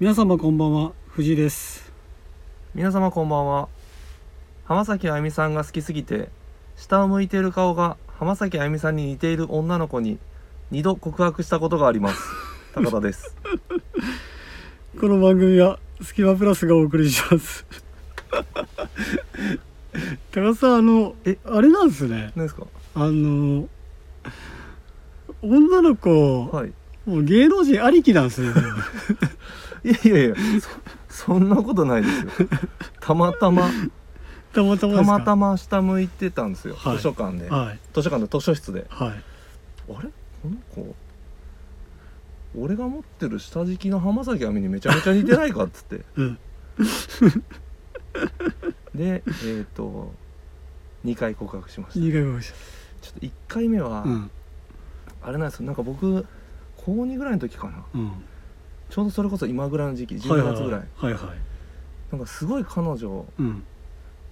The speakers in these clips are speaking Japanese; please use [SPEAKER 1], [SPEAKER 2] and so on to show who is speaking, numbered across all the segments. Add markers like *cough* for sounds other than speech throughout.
[SPEAKER 1] 皆様こんばんは藤井です
[SPEAKER 2] 皆様こんばんは浜崎あゆみさんが好きすぎて下を向いている顔が浜崎あゆみさんに似ている女の子に2度告白したことがあります高田です
[SPEAKER 1] この番組はスキマプラスがお送りします高田さんあの
[SPEAKER 2] え
[SPEAKER 1] あれなんですね
[SPEAKER 2] 何ですか
[SPEAKER 1] あの女の子、
[SPEAKER 2] はい
[SPEAKER 1] もう芸能人ありきなん *laughs* ですね
[SPEAKER 2] いやいやいやそそんなことないですよたまたま
[SPEAKER 1] たまたまで
[SPEAKER 2] た
[SPEAKER 1] すか
[SPEAKER 2] またま下向いてたんですよ、
[SPEAKER 1] はい
[SPEAKER 2] 図書館で
[SPEAKER 1] はい
[SPEAKER 2] 図書館で図書室で
[SPEAKER 1] はい
[SPEAKER 2] あれこの子俺が持ってる下敷きの浜崎あゆみにめちゃめちゃ似てないかっつって
[SPEAKER 1] うん
[SPEAKER 2] でえっ、と2回告白しました
[SPEAKER 1] 二回目まし
[SPEAKER 2] ちょっと1回目は、
[SPEAKER 1] たうん
[SPEAKER 2] あれなんですよなんか僕高2ぐらいの時かな
[SPEAKER 1] うん
[SPEAKER 2] ちょうどそれこそ今ぐらいの時期10月ぐ
[SPEAKER 1] はい
[SPEAKER 2] らい、
[SPEAKER 1] はいはいはいはい
[SPEAKER 2] なんかすごい彼女
[SPEAKER 1] うん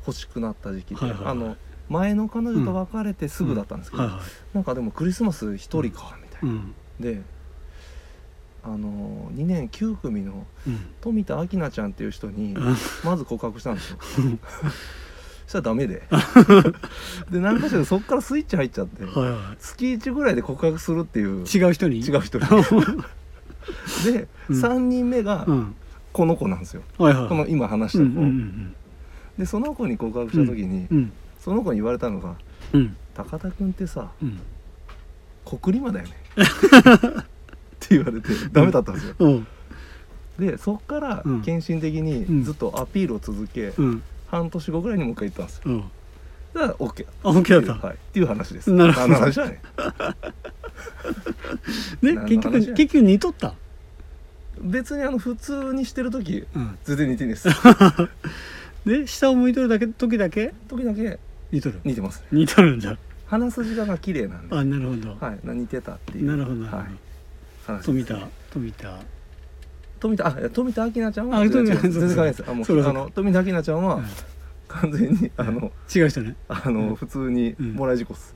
[SPEAKER 2] 欲しくなった時期で、
[SPEAKER 1] はいはいはい
[SPEAKER 2] あの前の彼女と別れてすぐだったんですけど、
[SPEAKER 1] はいは
[SPEAKER 2] なんかでもクリスマス1人かみたい
[SPEAKER 1] いう
[SPEAKER 2] な、
[SPEAKER 1] ん
[SPEAKER 2] であの2年9組の
[SPEAKER 1] うん
[SPEAKER 2] 富田明菜ちゃんっていう人に
[SPEAKER 1] うん
[SPEAKER 2] まず告白した
[SPEAKER 1] *laughs*
[SPEAKER 2] んですよそしたらダメでで何かしらそっからスイッチ入っちゃって
[SPEAKER 1] はいは
[SPEAKER 2] 月1ぐらいで告白するっていう
[SPEAKER 1] い違う人に
[SPEAKER 2] 違
[SPEAKER 1] *laughs*
[SPEAKER 2] う人にで、
[SPEAKER 1] うん
[SPEAKER 2] 3人目が
[SPEAKER 1] うん
[SPEAKER 2] この子なんですよ、
[SPEAKER 1] はいはい
[SPEAKER 2] この今話し
[SPEAKER 1] う
[SPEAKER 2] た
[SPEAKER 1] んう
[SPEAKER 2] 子、
[SPEAKER 1] んうん
[SPEAKER 2] でその子に告白した時に、
[SPEAKER 1] うん
[SPEAKER 2] その子に言われたのが
[SPEAKER 1] うん
[SPEAKER 2] 「高田君ってさ
[SPEAKER 1] うん
[SPEAKER 2] 国リマだよね」
[SPEAKER 1] *laughs*
[SPEAKER 2] って言われてダメだったんですよ、
[SPEAKER 1] うん
[SPEAKER 2] でそっから
[SPEAKER 1] うん
[SPEAKER 2] 献身的
[SPEAKER 1] うん
[SPEAKER 2] にずっとアピールを続け、
[SPEAKER 1] うん
[SPEAKER 2] 半年後ぐらいにもう一回行ったんですよ
[SPEAKER 1] うん
[SPEAKER 2] だから OK だっ
[SPEAKER 1] あ本気だ
[SPEAKER 2] た
[SPEAKER 1] っ
[SPEAKER 2] っていう
[SPEAKER 1] た
[SPEAKER 2] はい、っていう話です
[SPEAKER 1] なるほど
[SPEAKER 2] あの話じゃない
[SPEAKER 1] ね
[SPEAKER 2] 何の
[SPEAKER 1] 結局
[SPEAKER 2] 話や
[SPEAKER 1] 結局似とった
[SPEAKER 2] 別にあの普通にしてる時
[SPEAKER 1] うん
[SPEAKER 2] 全然似てないです
[SPEAKER 1] *laughs* で下を向いとるだけ時だけ
[SPEAKER 2] 時だけ
[SPEAKER 1] 似とる
[SPEAKER 2] 似てますね
[SPEAKER 1] 似とるんだ
[SPEAKER 2] 鼻筋が綺麗なんで
[SPEAKER 1] あなるほど
[SPEAKER 2] はい、な似てたっていう
[SPEAKER 1] なるほどなるほ
[SPEAKER 2] はい、話
[SPEAKER 1] ど
[SPEAKER 2] で
[SPEAKER 1] 富
[SPEAKER 2] す
[SPEAKER 1] 田富田
[SPEAKER 2] 富田あいや富田明菜ちゃん
[SPEAKER 1] あ
[SPEAKER 2] は全然違う
[SPEAKER 1] 富田
[SPEAKER 2] 全然関係ないですあも
[SPEAKER 1] そう
[SPEAKER 2] う
[SPEAKER 1] だ
[SPEAKER 2] あの富田明菜ちゃん
[SPEAKER 1] う
[SPEAKER 2] は
[SPEAKER 1] ん
[SPEAKER 2] 完全にあの
[SPEAKER 1] 違う人ね
[SPEAKER 2] あの普通に
[SPEAKER 1] うん
[SPEAKER 2] もらい事
[SPEAKER 1] *laughs*
[SPEAKER 2] 故っす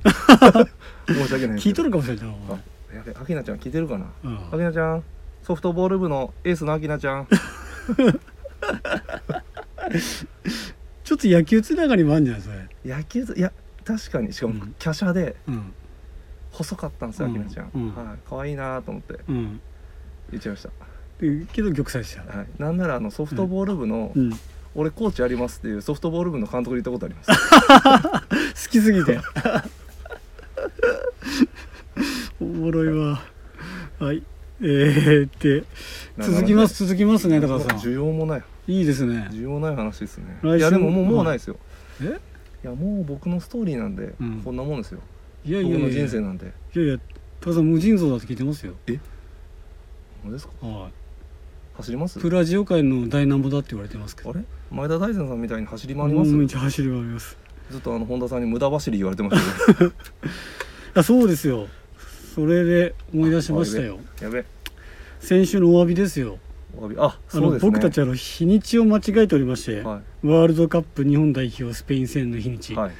[SPEAKER 2] 申し訳ない
[SPEAKER 1] 聞いと
[SPEAKER 2] る
[SPEAKER 1] るかもしれないなお
[SPEAKER 2] あ
[SPEAKER 1] 前
[SPEAKER 2] いや明菜ちゃん聞いてるかな
[SPEAKER 1] うん
[SPEAKER 2] 明菜ちゃんソフトボール部のエースの明菜ちゃ
[SPEAKER 1] *laughs*
[SPEAKER 2] ん
[SPEAKER 1] ちょっと野球つながりもあるんじゃないそれ
[SPEAKER 2] 野球ずいや確かにしかも
[SPEAKER 1] うん
[SPEAKER 2] 華奢で
[SPEAKER 1] うん
[SPEAKER 2] 細かったんですよ
[SPEAKER 1] うん
[SPEAKER 2] 明菜ちゃん、
[SPEAKER 1] うん
[SPEAKER 2] はい可愛いなと思って
[SPEAKER 1] うん
[SPEAKER 2] 言っちゃいました、
[SPEAKER 1] でけど玉砕した
[SPEAKER 2] はい、なんならあのソフトボール部の、
[SPEAKER 1] うん好
[SPEAKER 2] 俺コーチありますっていうソフトボール部の監督に言ったことあります
[SPEAKER 1] きすぎ
[SPEAKER 2] *laughs*
[SPEAKER 1] ておもろいわはいえーって続きます続きますね高田さん
[SPEAKER 2] 需要もない
[SPEAKER 1] いいですね
[SPEAKER 2] 需要ない話ですね
[SPEAKER 1] 来週
[SPEAKER 2] いやでもも
[SPEAKER 1] は
[SPEAKER 2] う
[SPEAKER 1] い
[SPEAKER 2] もうないですよ
[SPEAKER 1] え
[SPEAKER 2] いやもう僕のストーリーなんで、
[SPEAKER 1] うん
[SPEAKER 2] こんなもんですよ
[SPEAKER 1] いやい
[SPEAKER 2] 僕
[SPEAKER 1] やいや
[SPEAKER 2] の人生なんで
[SPEAKER 1] いやいや高田さん無尽蔵だって聞いてますよ
[SPEAKER 2] 何ですか
[SPEAKER 1] は
[SPEAKER 2] 走りま
[SPEAKER 1] い
[SPEAKER 2] す
[SPEAKER 1] プラジオ界の大なんぼだって言われてますけ
[SPEAKER 2] あ
[SPEAKER 1] ど
[SPEAKER 2] れ前田大然さんみたいに走り
[SPEAKER 1] も
[SPEAKER 2] 回りま
[SPEAKER 1] う
[SPEAKER 2] す
[SPEAKER 1] めっちゃ走り回ります
[SPEAKER 2] ずっとあの本田さんに無駄走り言われてましたけ
[SPEAKER 1] あそうですよそれで思い出しましたよ
[SPEAKER 2] どやべ
[SPEAKER 1] 先週のお詫びですよ
[SPEAKER 2] お詫びあ
[SPEAKER 1] あ
[SPEAKER 2] そ
[SPEAKER 1] の、
[SPEAKER 2] うですね
[SPEAKER 1] 僕たちあの日にちを間違えておりまして、
[SPEAKER 2] は
[SPEAKER 1] ワールドカップ日本代表スペイン戦の日にち、
[SPEAKER 2] いはい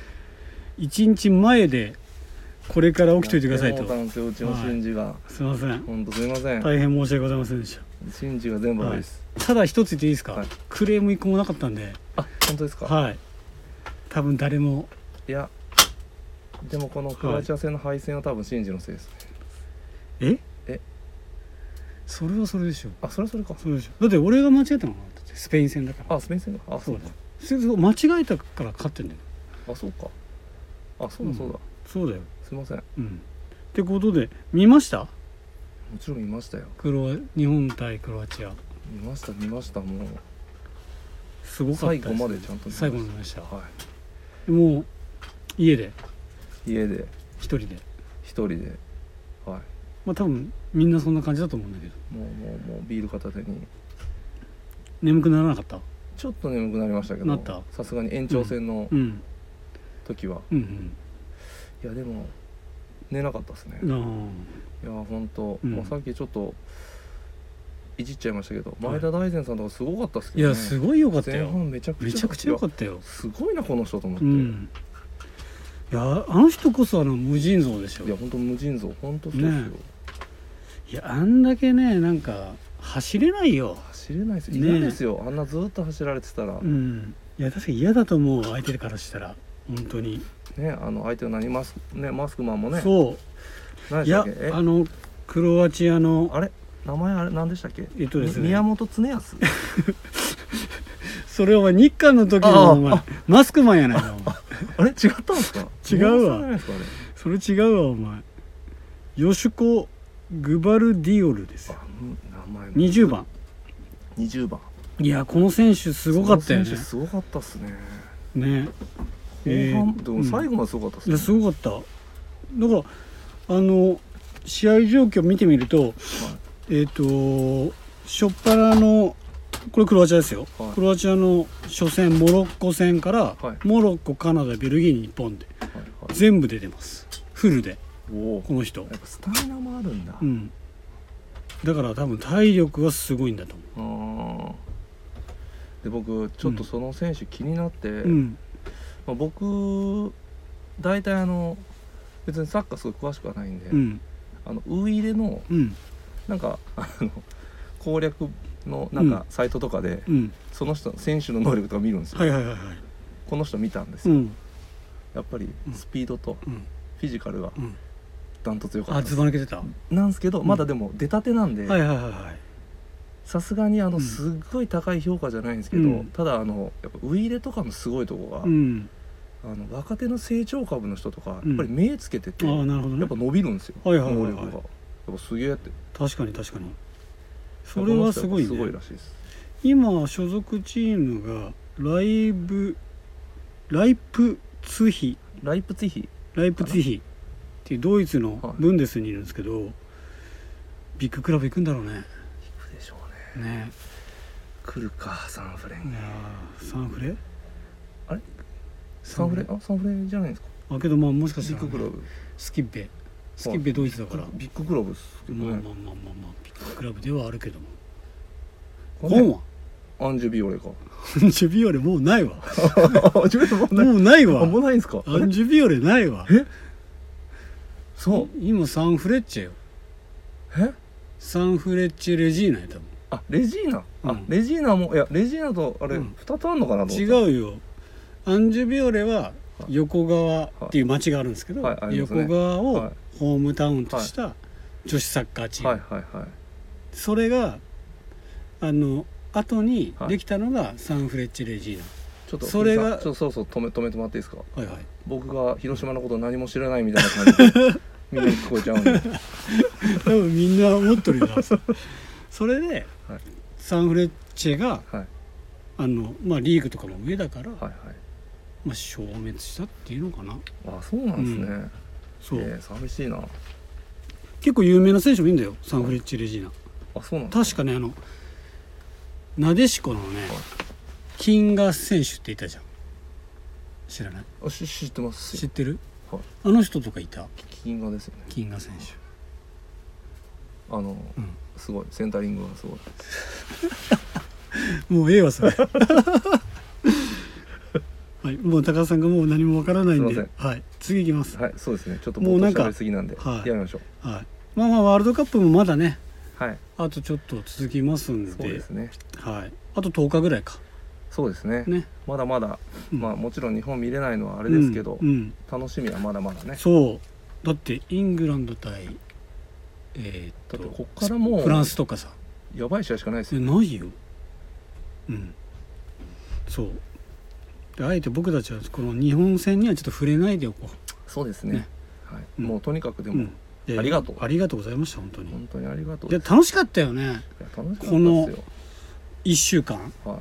[SPEAKER 1] 一1日前でこれから起きといてください
[SPEAKER 2] や
[SPEAKER 1] と
[SPEAKER 2] ってもうたんですようちの新次が
[SPEAKER 1] すいません
[SPEAKER 2] 本当すいません
[SPEAKER 1] 大変申し訳ございませんでし
[SPEAKER 2] 新次が全部悪いです
[SPEAKER 1] たただ一つ言っていいですか、
[SPEAKER 2] はい
[SPEAKER 1] クレーム一個もなかったんで
[SPEAKER 2] あ本当ですか
[SPEAKER 1] はい多分誰も
[SPEAKER 2] いやでもこのクロアチア戦の敗戦は多分新次のせいですね
[SPEAKER 1] え
[SPEAKER 2] え
[SPEAKER 1] それはそれでしょ
[SPEAKER 2] あそれはそれか
[SPEAKER 1] それでしょだって俺が間違えたのかなだってスペイン戦だから
[SPEAKER 2] あスペイン戦かあそう
[SPEAKER 1] だ
[SPEAKER 2] か
[SPEAKER 1] よそれ間違えたから勝ってんだよ
[SPEAKER 2] あそうかあそうだそうだ、
[SPEAKER 1] そうだよ
[SPEAKER 2] すいませんも
[SPEAKER 1] うんってことで見ました
[SPEAKER 2] ちろん見ましたよ
[SPEAKER 1] クロア日本対クロアチア
[SPEAKER 2] 見ました見ましたもう
[SPEAKER 1] すごかった
[SPEAKER 2] 最
[SPEAKER 1] です
[SPEAKER 2] 後までちゃんと見ました
[SPEAKER 1] 最後まで見ました
[SPEAKER 2] は
[SPEAKER 1] もう家で
[SPEAKER 2] い家で
[SPEAKER 1] 一人で
[SPEAKER 2] 一人では
[SPEAKER 1] まあ多分みんなそんな感じだと思うんだけど
[SPEAKER 2] いもうもうもうビール片手に
[SPEAKER 1] 眠くならなかった
[SPEAKER 2] ちょっと眠くなりましたけど
[SPEAKER 1] なった
[SPEAKER 2] さすがに延長戦の
[SPEAKER 1] うん
[SPEAKER 2] 時は、
[SPEAKER 1] うん
[SPEAKER 2] いやでも寝なかったですね、
[SPEAKER 1] う
[SPEAKER 2] い
[SPEAKER 1] ん
[SPEAKER 2] や
[SPEAKER 1] あー
[SPEAKER 2] 本当、
[SPEAKER 1] うん
[SPEAKER 2] まあさっきちょっといじっちゃいましたけど前田大然さんとかすごかったっすけ
[SPEAKER 1] い
[SPEAKER 2] ど、ね
[SPEAKER 1] やすごい良かった
[SPEAKER 2] 前
[SPEAKER 1] よ
[SPEAKER 2] 半めちゃくちゃ
[SPEAKER 1] めちゃくちゃ良か
[SPEAKER 2] っ
[SPEAKER 1] ったよ
[SPEAKER 2] たすごいなこの人と思って、
[SPEAKER 1] うんいやあの人こそあの無尽蔵でしょ
[SPEAKER 2] いや本当無尽蔵本当そうですよ、
[SPEAKER 1] ねいやあんだけねなんか走れないよ
[SPEAKER 2] 走れないですよ
[SPEAKER 1] ねえ
[SPEAKER 2] 嫌ですよ、あんなずっと走られてたら、
[SPEAKER 1] うんいや確かに嫌だと思う相手からしたら本当に、
[SPEAKER 2] ねあの相手の何マスクねマスクマンもね
[SPEAKER 1] そ
[SPEAKER 2] 何
[SPEAKER 1] うい
[SPEAKER 2] でした
[SPEAKER 1] や
[SPEAKER 2] っけえ
[SPEAKER 1] あのクロアチアの
[SPEAKER 2] あれ名前あれ何でしたっけ
[SPEAKER 1] えっとですね
[SPEAKER 2] み宮本恒康
[SPEAKER 1] それは日韓の時
[SPEAKER 2] ああ
[SPEAKER 1] のお前
[SPEAKER 2] あ
[SPEAKER 1] マスクマンやないかお前
[SPEAKER 2] あれ違ったんですか
[SPEAKER 1] 違うわ
[SPEAKER 2] 宮本さんじゃないですかあれ
[SPEAKER 1] それ違うわお前ヨシュコ・グバルディオルですよ
[SPEAKER 2] あうん名前も
[SPEAKER 1] 20番
[SPEAKER 2] 20番
[SPEAKER 1] いやこの選手すごかったよね
[SPEAKER 2] その選手すごかったっすね
[SPEAKER 1] ね
[SPEAKER 2] 後
[SPEAKER 1] えー
[SPEAKER 2] 半、でも最
[SPEAKER 1] う
[SPEAKER 2] 後まですごかったっす
[SPEAKER 1] い
[SPEAKER 2] ね、
[SPEAKER 1] やすごかっただからあの試合状況見てみるとえっ、と初っ端のこれクロアチアですよ、
[SPEAKER 2] はい
[SPEAKER 1] クロアチアの初戦モロッコ戦から、
[SPEAKER 2] はい
[SPEAKER 1] モロッコカナダベルギー日本で
[SPEAKER 2] はいはいはい
[SPEAKER 1] 全部出てますフルで
[SPEAKER 2] おお
[SPEAKER 1] この人
[SPEAKER 2] やっぱスタミナもあるんだ、
[SPEAKER 1] う
[SPEAKER 2] あ
[SPEAKER 1] んだから多分体力がすごいんだと思
[SPEAKER 2] ーで僕ちょっとその選手気になって、
[SPEAKER 1] う、うん、
[SPEAKER 2] まあ、僕大体あの別にサッカーすごい詳しくはないんで、
[SPEAKER 1] うん
[SPEAKER 2] あのウイイレの
[SPEAKER 1] うん
[SPEAKER 2] なんかあの攻略のなんかサイトとかで、
[SPEAKER 1] うん
[SPEAKER 2] その人選手の能力とか見るんですよ、
[SPEAKER 1] はいはいはいはい
[SPEAKER 2] この人見たんです
[SPEAKER 1] う
[SPEAKER 2] よ、
[SPEAKER 1] ん
[SPEAKER 2] やっぱりスピードと
[SPEAKER 1] うん
[SPEAKER 2] フィジカルが
[SPEAKER 1] うん
[SPEAKER 2] ダントツ良か
[SPEAKER 1] あ
[SPEAKER 2] ったで
[SPEAKER 1] ず
[SPEAKER 2] す
[SPEAKER 1] ば抜けてた、は
[SPEAKER 2] なんですけどまだでも出たてなん
[SPEAKER 1] い
[SPEAKER 2] で
[SPEAKER 1] はいはいはい
[SPEAKER 2] さすがにあ
[SPEAKER 1] う
[SPEAKER 2] の
[SPEAKER 1] ん
[SPEAKER 2] すっごい高い評価じゃないんですけど、
[SPEAKER 1] うん
[SPEAKER 2] ただあのやっぱウイイレとかのすごいとこが、
[SPEAKER 1] うん
[SPEAKER 2] あの若手の成長株の人とかや
[SPEAKER 1] うん
[SPEAKER 2] っぱり目つけてて、
[SPEAKER 1] ああなるほど
[SPEAKER 2] や
[SPEAKER 1] ね
[SPEAKER 2] っぱ伸びるんですよ、
[SPEAKER 1] はいはいはいはい
[SPEAKER 2] 能力がやっぱすげえって
[SPEAKER 1] 確かに確かにそれはすごい
[SPEAKER 2] この人やっ
[SPEAKER 1] ね
[SPEAKER 2] ぱすごいらしいです
[SPEAKER 1] 今所属チームがライブライプツヒ
[SPEAKER 2] ライプツィヒ
[SPEAKER 1] ライプツヒっていうドイツのブンデスにいるんですけど、ビッグクラブ行くんだろうね
[SPEAKER 2] 行くでしょうね
[SPEAKER 1] ね
[SPEAKER 2] 来るかサンフレ
[SPEAKER 1] い
[SPEAKER 2] ン
[SPEAKER 1] やーサンフレ
[SPEAKER 2] サンフレあサンフレじゃないですか
[SPEAKER 1] あけどまあもしか
[SPEAKER 2] ビ
[SPEAKER 1] した
[SPEAKER 2] ッ
[SPEAKER 1] ら、
[SPEAKER 2] グクラ
[SPEAKER 1] ね、
[SPEAKER 2] ブ
[SPEAKER 1] スキッベスキッベドイツだから、
[SPEAKER 2] ビッグクラブっすけど
[SPEAKER 1] まあ
[SPEAKER 2] ね
[SPEAKER 1] まあまあまあまあビッグクラブではあるけども
[SPEAKER 2] これ
[SPEAKER 1] 本は
[SPEAKER 2] アンジュビオレか
[SPEAKER 1] アンジュビオレもうない
[SPEAKER 2] *laughs*
[SPEAKER 1] わ
[SPEAKER 2] あ自分もうない
[SPEAKER 1] もうないわ
[SPEAKER 2] あもうないんですか
[SPEAKER 1] アンジュビオレないわ
[SPEAKER 2] えそう
[SPEAKER 1] 今サンフレッチェよ
[SPEAKER 2] え
[SPEAKER 1] サンフレッチェレジーナや多分
[SPEAKER 2] あレジーナ
[SPEAKER 1] う
[SPEAKER 2] あ
[SPEAKER 1] ん
[SPEAKER 2] レジーナもいやレジーナとあれ
[SPEAKER 1] うん
[SPEAKER 2] 二つあんのかなと思った
[SPEAKER 1] 違うよアンジュビオレは横川っていう町があるんですけど、
[SPEAKER 2] はいはいありますね
[SPEAKER 1] 横川
[SPEAKER 2] は
[SPEAKER 1] を
[SPEAKER 2] い
[SPEAKER 1] ホームタウンとした女子サッカーチーム、
[SPEAKER 2] はいはいはい
[SPEAKER 1] それがあの後に
[SPEAKER 2] はい
[SPEAKER 1] できたのがサンフレッチェレジー
[SPEAKER 2] ちょっと
[SPEAKER 1] それが
[SPEAKER 2] 藤井さんちょっとそうそう止め止めてもらっていいですか
[SPEAKER 1] ナはいはい
[SPEAKER 2] 僕が広島のこと何も知らないみたいな感じでみんなに聞こえちゃうん
[SPEAKER 1] *laughs*
[SPEAKER 2] で
[SPEAKER 1] 多分みんな思ってる
[SPEAKER 2] *laughs*
[SPEAKER 1] よなそれで、
[SPEAKER 2] はい
[SPEAKER 1] サンフレッチェが
[SPEAKER 2] はい
[SPEAKER 1] あの、まあ、リーグとかも上だから、
[SPEAKER 2] はいはい
[SPEAKER 1] まあ、消滅したっていうのかな
[SPEAKER 2] あそうなんですね、
[SPEAKER 1] そう、
[SPEAKER 2] えー寂しいな
[SPEAKER 1] 結構有名な選手もいるんだよサンフレッチェレジーナ
[SPEAKER 2] あそうなんだ
[SPEAKER 1] 確かねあのなでしこのね
[SPEAKER 2] はい
[SPEAKER 1] キンガー選手っていたじゃん知らない
[SPEAKER 2] あし知ってます
[SPEAKER 1] 知ってる、
[SPEAKER 2] はい
[SPEAKER 1] あの人とかいた
[SPEAKER 2] 金がですよね
[SPEAKER 1] キンガー選手
[SPEAKER 2] *laughs* あの、
[SPEAKER 1] うん
[SPEAKER 2] すごいセンタリングがすごい
[SPEAKER 1] もうええわそれ *laughs* はいもう高田さんがもう何もわからないんです
[SPEAKER 2] いま
[SPEAKER 1] はい、次いきます、
[SPEAKER 2] はいそうですねちょっと
[SPEAKER 1] もう
[SPEAKER 2] 僕
[SPEAKER 1] なんか
[SPEAKER 2] 喋りすぎなんで
[SPEAKER 1] はい
[SPEAKER 2] やめましょう
[SPEAKER 1] はい、まあまあワールドカップもまだね
[SPEAKER 2] はい
[SPEAKER 1] あとちょっと続きますんで
[SPEAKER 2] そうですね
[SPEAKER 1] はい、あと10日ぐらいか
[SPEAKER 2] そうですね
[SPEAKER 1] ね
[SPEAKER 2] まだまだ、
[SPEAKER 1] うん
[SPEAKER 2] まあもちろん日本見れないのはあれですけど、
[SPEAKER 1] うんうん
[SPEAKER 2] 楽しみはまだまだね
[SPEAKER 1] そうだってイングランド対えーっ
[SPEAKER 2] だ
[SPEAKER 1] と
[SPEAKER 2] ってこっからもう
[SPEAKER 1] フランスとかさ
[SPEAKER 2] やばい試合しかないです
[SPEAKER 1] え
[SPEAKER 2] よ、
[SPEAKER 1] ないようんそうであえて僕たちはこの日本戦にはちょっと触れないでおこ
[SPEAKER 2] そうですね
[SPEAKER 1] ね
[SPEAKER 2] はい
[SPEAKER 1] うん
[SPEAKER 2] もうとにかくで
[SPEAKER 1] う、
[SPEAKER 2] も、
[SPEAKER 1] うんで
[SPEAKER 2] ありがとう
[SPEAKER 1] ありがとうございました本当に
[SPEAKER 2] 本当にありがとう
[SPEAKER 1] で
[SPEAKER 2] です
[SPEAKER 1] 楽しかったよね
[SPEAKER 2] いや楽しかった
[SPEAKER 1] この
[SPEAKER 2] ですよ
[SPEAKER 1] 1週間
[SPEAKER 2] は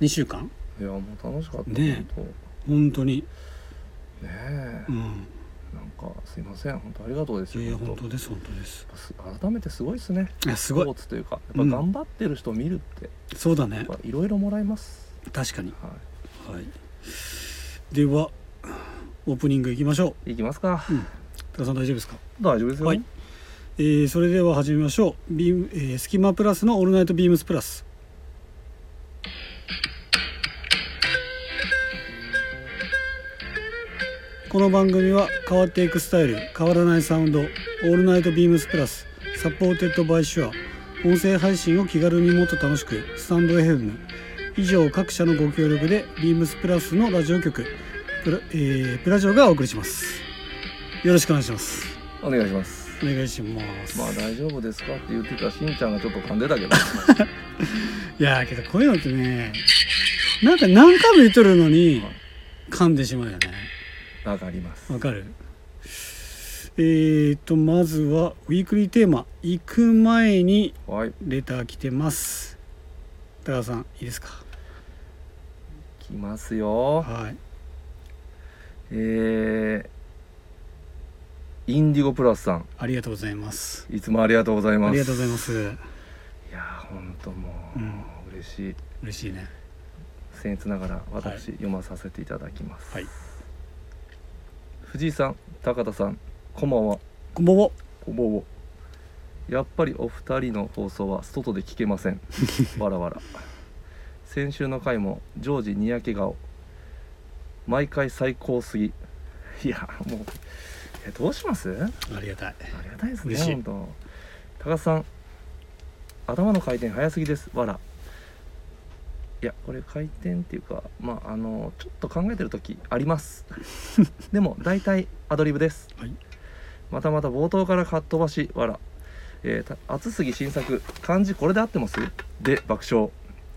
[SPEAKER 1] 2週間
[SPEAKER 2] いいやもう楽しかった
[SPEAKER 1] ね
[SPEAKER 2] 本
[SPEAKER 1] 本当に
[SPEAKER 2] 当ねえ
[SPEAKER 1] うん
[SPEAKER 2] なんかすいません本当ありがとうです
[SPEAKER 1] い
[SPEAKER 2] よ、
[SPEAKER 1] やいや
[SPEAKER 2] 本
[SPEAKER 1] 本
[SPEAKER 2] 当
[SPEAKER 1] 当です本当です
[SPEAKER 2] す改めてすごいですね
[SPEAKER 1] いやす
[SPEAKER 2] ス
[SPEAKER 1] ご
[SPEAKER 2] ポ
[SPEAKER 1] い
[SPEAKER 2] ーツというか
[SPEAKER 1] う
[SPEAKER 2] やっ
[SPEAKER 1] ん
[SPEAKER 2] ぱ頑張ってる人を見るって、
[SPEAKER 1] そうだね
[SPEAKER 2] やっぱいろいろもらいます、
[SPEAKER 1] 確かに
[SPEAKER 2] は
[SPEAKER 1] はいではオープニングいきましょう
[SPEAKER 2] い、いきますか、
[SPEAKER 1] 高田さん大丈夫ですか
[SPEAKER 2] 大丈夫ですよ、
[SPEAKER 1] はいえーそれでは始めましょうビーム、えースキマプラスのオールナイトビームスプラスこの番組は変わっていくスタイル変わらないサウンドオールナイトビームスプラスサポーテッドバイシュア音声配信を気軽にもっと楽しくスタンド FM 以上各社のご協力でビームスプラスのラジオ局プラ,、えープラジオがお送りしますよろしくお願いします
[SPEAKER 2] お願いします
[SPEAKER 1] お願いします、
[SPEAKER 2] まあ大丈夫ですかって言ってたしんちゃんがちょっと噛んでた
[SPEAKER 1] *laughs*
[SPEAKER 2] けど
[SPEAKER 1] いやーけどこういうのってねなんか何回も言っとるのに
[SPEAKER 2] はい
[SPEAKER 1] 噛んでしまうよね
[SPEAKER 2] わかります
[SPEAKER 1] わかるえー、とまずはウィークリーテーマ行く前に
[SPEAKER 2] はい
[SPEAKER 1] レター来てます高田さんいいですか
[SPEAKER 2] 来ますよ
[SPEAKER 1] はい
[SPEAKER 2] えー、インディゴプラスさん
[SPEAKER 1] ありがとうございます
[SPEAKER 2] いつもありがとうございます
[SPEAKER 1] ありがとうございます
[SPEAKER 2] いやーほんともう、
[SPEAKER 1] うん
[SPEAKER 2] 嬉しい
[SPEAKER 1] 嬉しいね
[SPEAKER 2] 僭越ながら私、読まさせていただきます、
[SPEAKER 1] はい
[SPEAKER 2] 藤井さん高田さんこんばんは
[SPEAKER 1] こんばんは
[SPEAKER 2] こんばんはやっぱりお二人の放送は外で聞けま
[SPEAKER 1] *laughs*
[SPEAKER 2] せんわらわら先週の回も常時にやけ顔毎回最高すぎいやもうえどうしますあ
[SPEAKER 1] ありがたい
[SPEAKER 2] りがたいですね
[SPEAKER 1] 嬉しい
[SPEAKER 2] 本当高田さん頭の回転早すぎですわらいやこれ回転っていうかまああのちょっと考えてる時あります
[SPEAKER 1] *laughs*
[SPEAKER 2] でも大体アドリブです、
[SPEAKER 1] はい
[SPEAKER 2] またまた冒頭からかっ飛ばしわら、えーた厚杉新作漢字これで合ってますで爆笑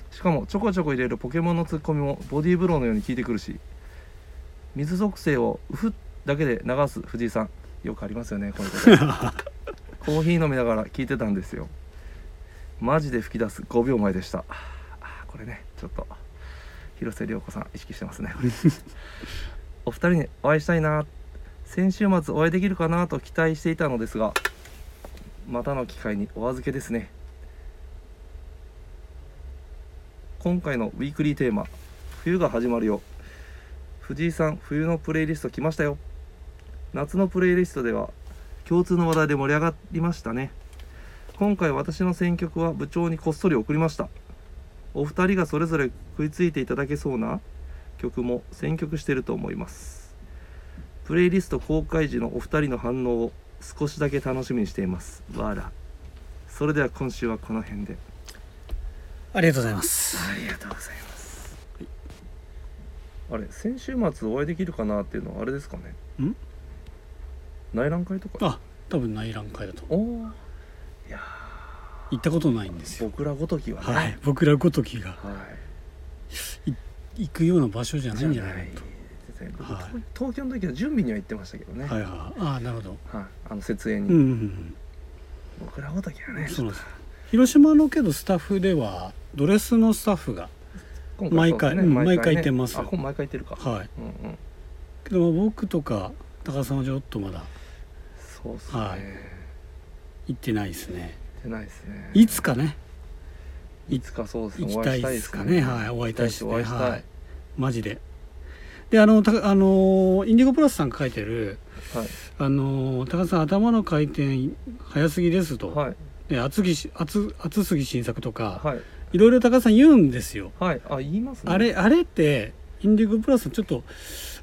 [SPEAKER 2] しかもちょこちょこ入れるポケモンのツッコミもボディーブローのように効いてくるし水属性をウフッだけで流す藤井さんよくありますよねこういうことコーヒー飲みながら聞いてたんですよマジで吹き出す5秒前でしたあこれねちょっと広瀬涼子さん意識してますね *laughs* これお二人にお会いしたいな先週末お会いできるかなと期待していたのですがまたの機会にお預けですね今回のウィークリーテーマ「冬が始まるよ」藤井さん冬のプレイリスト来ましたよ夏のプレイリストでは共通の話題で盛り上がりましたね今回私の選曲は部長にこっそり送りましたお二人がそれぞれ食いついていただけそうな曲も選曲してると思いますプレイリスト公開時のお二人の反応を少しだけ楽しみにしていますわらそれでは今週はこの辺で
[SPEAKER 1] ありがとうございます
[SPEAKER 2] ありがとうございます、あれ先週末お会いできるかなっていうのはあれですかね
[SPEAKER 1] ん
[SPEAKER 2] 内覧会とか
[SPEAKER 1] あ多分内覧会だと
[SPEAKER 2] おー
[SPEAKER 1] 行ったことないんですよ
[SPEAKER 2] 僕らごときはね
[SPEAKER 1] はい僕らごときが
[SPEAKER 2] はい
[SPEAKER 1] 行くような場所じゃないんじゃない
[SPEAKER 2] じゃない
[SPEAKER 1] かと
[SPEAKER 2] ですね僕
[SPEAKER 1] はい
[SPEAKER 2] 東京の時は準備には行ってましたけどね、
[SPEAKER 1] はいはいはいああなるほど
[SPEAKER 2] はい、あの設営
[SPEAKER 1] う
[SPEAKER 2] に、
[SPEAKER 1] んうんうん
[SPEAKER 2] 僕らごときはね
[SPEAKER 1] そうなんです広島のけどスタッフではドレスのスタッフが
[SPEAKER 2] 今
[SPEAKER 1] 毎
[SPEAKER 2] そう
[SPEAKER 1] 回
[SPEAKER 2] です
[SPEAKER 1] うん
[SPEAKER 2] ね
[SPEAKER 1] 毎回行ってます
[SPEAKER 2] あこれ毎回行ってるか、
[SPEAKER 1] はい
[SPEAKER 2] うんうん
[SPEAKER 1] けどまあ僕とか高田さんはちょっとまだ
[SPEAKER 2] そうっすね、
[SPEAKER 1] はい
[SPEAKER 2] 行
[SPEAKER 1] 行ってないですね
[SPEAKER 2] ってないですね
[SPEAKER 1] いつかね
[SPEAKER 2] いつかそうですね
[SPEAKER 1] 行きたいですかねはいお会いしたいですね
[SPEAKER 2] お会いしたい、
[SPEAKER 1] はいマジでであのたあのインディゴプラスさんが書いてる
[SPEAKER 2] はい
[SPEAKER 1] あの高田さん頭の回転早すぎですと、
[SPEAKER 2] はい
[SPEAKER 1] で厚木し厚厚杉新作とか、
[SPEAKER 2] はい
[SPEAKER 1] い、ろいろ高田さん言うんですよ、
[SPEAKER 2] はいあ言いますね
[SPEAKER 1] あれあれってインディゴプラスさんちょっと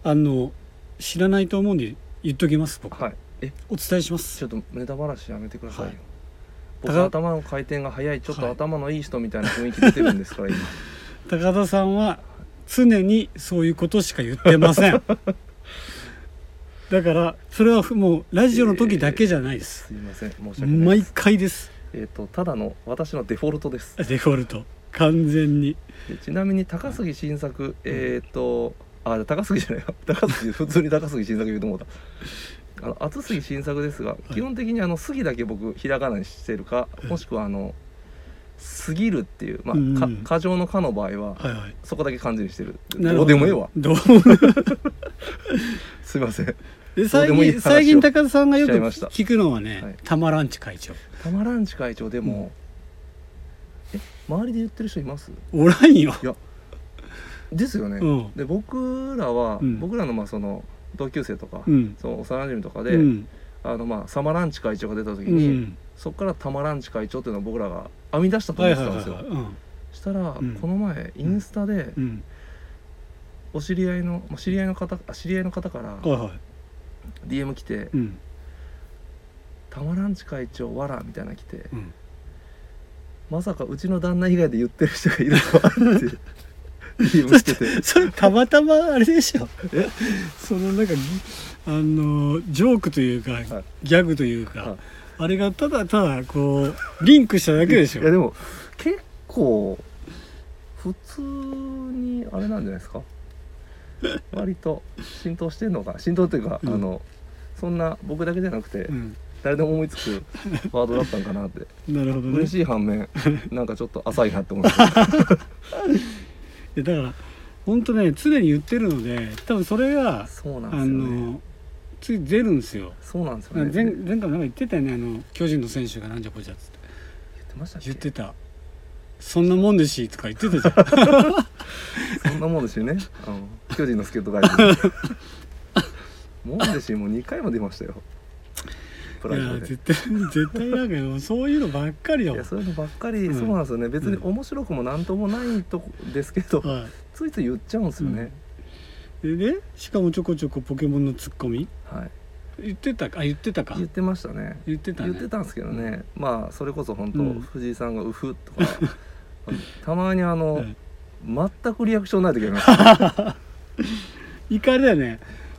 [SPEAKER 1] あの知らないと思うんで言っときます僕、
[SPEAKER 2] はいえ
[SPEAKER 1] お伝えしま
[SPEAKER 2] ち
[SPEAKER 1] す
[SPEAKER 2] ょっとネタ話やめてくださいよ、
[SPEAKER 1] はい
[SPEAKER 2] 僕
[SPEAKER 1] 高
[SPEAKER 2] 頭の回転が早いちょっ
[SPEAKER 1] は
[SPEAKER 2] と
[SPEAKER 1] い
[SPEAKER 2] 頭のいい人みたいな雰囲気出てるんですから今
[SPEAKER 1] 高田さんは常にそういうことしか言ってませんだからそれはもうラジオの時だけじゃないです、
[SPEAKER 2] すいません申し訳ない
[SPEAKER 1] 毎
[SPEAKER 2] です
[SPEAKER 1] 回です
[SPEAKER 2] えっ、とただの私のデフォルトです
[SPEAKER 1] デフォルト完全に
[SPEAKER 2] でちなみに高杉晋作えっ、とあ高杉じゃない *laughs* わ高杉普通に高杉晋作言うと思ったあの厚杉晋作ですが、基本的にあの杉だけ僕ひらがなにしてるか、
[SPEAKER 1] うん
[SPEAKER 2] もしくはあの「すぎる」っていうま
[SPEAKER 1] うん
[SPEAKER 2] あ「過剰の「か」の場合は
[SPEAKER 1] はいはい
[SPEAKER 2] そこだけ漢字にしてる
[SPEAKER 1] なる
[SPEAKER 2] ど
[SPEAKER 1] ほ
[SPEAKER 2] うでもええわ
[SPEAKER 1] どう
[SPEAKER 2] すいません
[SPEAKER 1] *laughs* で
[SPEAKER 2] どう
[SPEAKER 1] 最
[SPEAKER 2] でもいい
[SPEAKER 1] 近
[SPEAKER 2] 話を
[SPEAKER 1] 最近高田さんがよく
[SPEAKER 2] しちゃいました
[SPEAKER 1] 聞くのはね、
[SPEAKER 2] はい
[SPEAKER 1] たまランチ会長
[SPEAKER 2] たまらんち会長でも、え周りで言ってる人います
[SPEAKER 1] おらんよ
[SPEAKER 2] ですよね、
[SPEAKER 1] うん
[SPEAKER 2] で僕らは、
[SPEAKER 1] うん
[SPEAKER 2] 僕らのまあその同級生とか、
[SPEAKER 1] うん
[SPEAKER 2] その幼馴染とか
[SPEAKER 1] う
[SPEAKER 2] で、
[SPEAKER 1] ん
[SPEAKER 2] あのまあサマランチ会長が出た時
[SPEAKER 1] う
[SPEAKER 2] に、
[SPEAKER 1] ん
[SPEAKER 2] そこからタマランチ会長っていうのを僕らが編み出したと
[SPEAKER 1] は
[SPEAKER 2] 思っ
[SPEAKER 1] い
[SPEAKER 2] て
[SPEAKER 1] はいはい
[SPEAKER 2] たんですよ、
[SPEAKER 1] はいうん
[SPEAKER 2] したら、
[SPEAKER 1] うん
[SPEAKER 2] この前インスタで
[SPEAKER 1] うん
[SPEAKER 2] お知り合いのまあ知り合いの方あ知り合いの方から
[SPEAKER 1] はいはい
[SPEAKER 2] DM 来て
[SPEAKER 1] うん
[SPEAKER 2] 「タマランチ会長わら」みたいなの来て
[SPEAKER 1] うん
[SPEAKER 2] まさかうちの旦那以外で言ってる人がいると
[SPEAKER 1] *laughs*
[SPEAKER 2] はって DM してて
[SPEAKER 1] それたまたまあれでしょ
[SPEAKER 2] え
[SPEAKER 1] そのなんかぎあのジョークというか、ギャグというか、
[SPEAKER 2] はい
[SPEAKER 1] あれがただただこうリンクしただけでし
[SPEAKER 2] いや
[SPEAKER 1] ょ
[SPEAKER 2] でも結構普通にあれなんじゃないですか割と浸透してんのか浸透っていうか、
[SPEAKER 1] うん
[SPEAKER 2] あのそんな僕だけじゃなくて、
[SPEAKER 1] うん、
[SPEAKER 2] 誰でも思いつくワードだったんかなって
[SPEAKER 1] なるほどね
[SPEAKER 2] 嬉しい
[SPEAKER 1] *laughs*
[SPEAKER 2] 反面なんかちょっと浅いなって思いました
[SPEAKER 1] いやだから本当ね常に言ってるので多分それが、
[SPEAKER 2] そうなんで
[SPEAKER 1] あ
[SPEAKER 2] すよね
[SPEAKER 1] のつい出るんですよ
[SPEAKER 2] そうなんですよ
[SPEAKER 1] 前
[SPEAKER 2] ね
[SPEAKER 1] 前回もなんか言ってたよねあの巨人の選手がなんじゃこじゃっつって
[SPEAKER 2] 言ってましたっけ
[SPEAKER 1] 言ってた「そんなもんでし」とか言ってたじゃん
[SPEAKER 2] そんなもんです
[SPEAKER 1] *laughs*
[SPEAKER 2] よね。あの巨人の助っ人外人。もんですし、もう2回も出ましたよ。プライ
[SPEAKER 1] いや
[SPEAKER 2] ドで。
[SPEAKER 1] 絶対 *laughs* 絶対なんかもうそういうのばっかりだ
[SPEAKER 2] い
[SPEAKER 1] も
[SPEAKER 2] や
[SPEAKER 1] ん
[SPEAKER 2] そういうのばっかり、
[SPEAKER 1] うん
[SPEAKER 2] そうなんですよね別に面白くもなんともないとこですけど、
[SPEAKER 1] は
[SPEAKER 2] ついつい言っちゃうんですよね、
[SPEAKER 1] い、でねしかもちょこちょこポケモンのツッコミ
[SPEAKER 2] はい
[SPEAKER 1] 言ってたかあ言ってたか
[SPEAKER 2] 言ってましたね
[SPEAKER 1] 言ってたね
[SPEAKER 2] 言ってたんですけどね、まあそれこそ本当、
[SPEAKER 1] うん
[SPEAKER 2] 藤井さんが「うふ」とか
[SPEAKER 1] *laughs*
[SPEAKER 2] あのたまにあの、
[SPEAKER 1] はい
[SPEAKER 2] 全くリアクションない時あります
[SPEAKER 1] *laughs* いかれだよね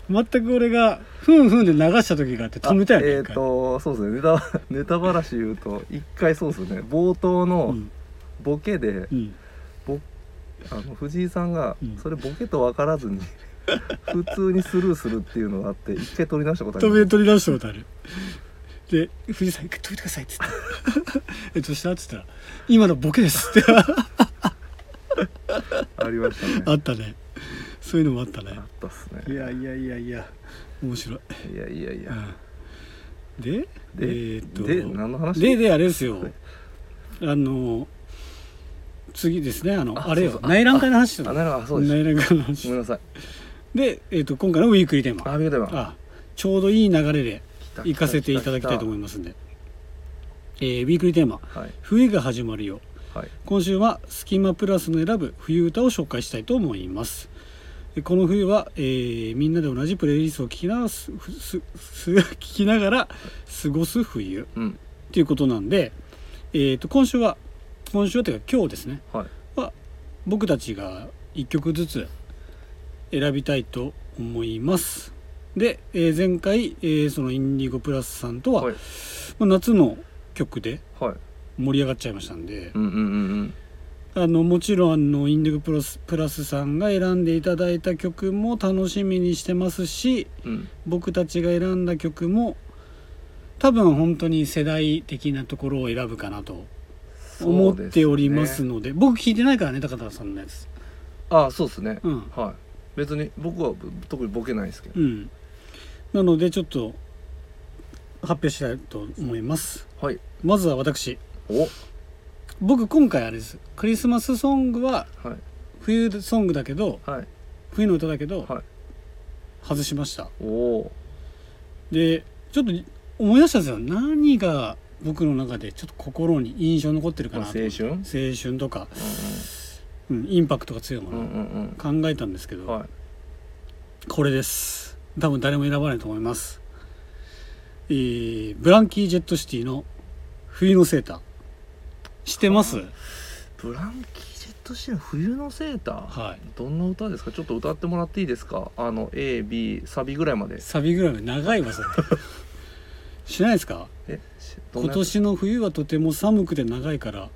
[SPEAKER 1] 全く俺がふんふんで流した時があって止めたよね
[SPEAKER 2] あえっ、
[SPEAKER 1] 一回
[SPEAKER 2] とそうですねネタネタばらし言うと一回そうですね冒頭
[SPEAKER 1] う
[SPEAKER 2] の
[SPEAKER 1] ん
[SPEAKER 2] ボケで、
[SPEAKER 1] うん
[SPEAKER 2] ぼあの藤井さんが
[SPEAKER 1] うん
[SPEAKER 2] それボケと分か
[SPEAKER 1] *laughs*
[SPEAKER 2] らずに普通にスルーするっていうのがあって一回取り直したことあり
[SPEAKER 1] 飛
[SPEAKER 2] ます
[SPEAKER 1] び取り出したことあるで藤井さん「止めてください」っつって「
[SPEAKER 2] *laughs*
[SPEAKER 1] えどうした?」っつったら「今のボケです」って
[SPEAKER 2] ありました
[SPEAKER 1] あ
[SPEAKER 2] ね
[SPEAKER 1] ったねそういうのもあったね
[SPEAKER 2] あったっすね
[SPEAKER 1] いやいやいやいや面白い、
[SPEAKER 2] いやいやいや
[SPEAKER 1] うん、で
[SPEAKER 2] で
[SPEAKER 1] えーっと
[SPEAKER 2] で何の話
[SPEAKER 1] でであれですよあの次ですねあのあ
[SPEAKER 2] あ
[SPEAKER 1] れ
[SPEAKER 2] そ
[SPEAKER 1] よ
[SPEAKER 2] うそう
[SPEAKER 1] 内覧会の話だ
[SPEAKER 2] あ
[SPEAKER 1] 内
[SPEAKER 2] なるほどそうです
[SPEAKER 1] 覧会の
[SPEAKER 2] ごめ
[SPEAKER 1] 話
[SPEAKER 2] んなさい
[SPEAKER 1] で、えーっと今回のウィークリーテーマ
[SPEAKER 2] ありがとうございま
[SPEAKER 1] あちょうどいい流れです
[SPEAKER 2] 来た
[SPEAKER 1] 行かせていただきたいと思い
[SPEAKER 2] ま
[SPEAKER 1] ますんで、えーウィークリーテーマ
[SPEAKER 2] すはい
[SPEAKER 1] 「冬が始まるよ」
[SPEAKER 2] はい
[SPEAKER 1] 今週は「スキマプラス」の選ぶ冬歌を紹介したいと思いますえこの冬は、えーみんなで同じプレイリストを聞きながらすすす *laughs* 聞きながら過ごす冬
[SPEAKER 2] うん
[SPEAKER 1] ということなんで、えー、と今週は今週はというか今日ですね
[SPEAKER 2] はい
[SPEAKER 1] は僕たちが1曲ずつ選びたいと思いますで、えー前回、えーそのインディゴプラスさんとは、
[SPEAKER 2] はい
[SPEAKER 1] まあ夏の曲で
[SPEAKER 2] はい
[SPEAKER 1] 盛り上がっちゃいましたんで、
[SPEAKER 2] うんうんうんうん
[SPEAKER 1] あのもちろんあのインディゴプラスプラスさんが選んでいただいた曲も楽しみにしてますし
[SPEAKER 2] うん
[SPEAKER 1] 僕たちが選んだ曲も多分本当に世代的なところを選ぶかなと思っております
[SPEAKER 2] そうで
[SPEAKER 1] ので僕聞いてないからね高田さんのやつ
[SPEAKER 2] すねあそうですね
[SPEAKER 1] うん
[SPEAKER 2] はい別に僕は特にボケないですけど
[SPEAKER 1] うんなのでちょっと発表したいと思います
[SPEAKER 2] はい
[SPEAKER 1] まずは私
[SPEAKER 2] お
[SPEAKER 1] 僕今回あれですクリスマスソングは
[SPEAKER 2] はい
[SPEAKER 1] 冬ソングだけど
[SPEAKER 2] はい
[SPEAKER 1] 冬の歌だけど、
[SPEAKER 2] はい
[SPEAKER 1] 外しました
[SPEAKER 2] おお
[SPEAKER 1] でちょっと思い出したんですよ何が僕の中でちょっと心に印象に残ってるか
[SPEAKER 2] まあ
[SPEAKER 1] な
[SPEAKER 2] 青
[SPEAKER 1] と思って
[SPEAKER 2] 春
[SPEAKER 1] 青春とか、うん、インパクトが強いも
[SPEAKER 2] うんう
[SPEAKER 1] の、
[SPEAKER 2] んうん
[SPEAKER 1] 考えたんですけ
[SPEAKER 2] う
[SPEAKER 1] ど、
[SPEAKER 2] んはい
[SPEAKER 1] これです多分誰も選ばないと思います、えーブランキー・ジェット・シティの「冬のセーター」知ってます
[SPEAKER 2] ブランキー・ジェット・シーの冬のセーター、
[SPEAKER 1] はい
[SPEAKER 2] どんな歌ですかちょっと歌ってもらっていいですかあの AB サビぐらいまで
[SPEAKER 1] サビぐらいまで長いわ
[SPEAKER 2] *laughs*
[SPEAKER 1] それ知らないですか
[SPEAKER 2] えしどん
[SPEAKER 1] 今
[SPEAKER 2] なやつ
[SPEAKER 1] 年の冬はとても寒くて長いから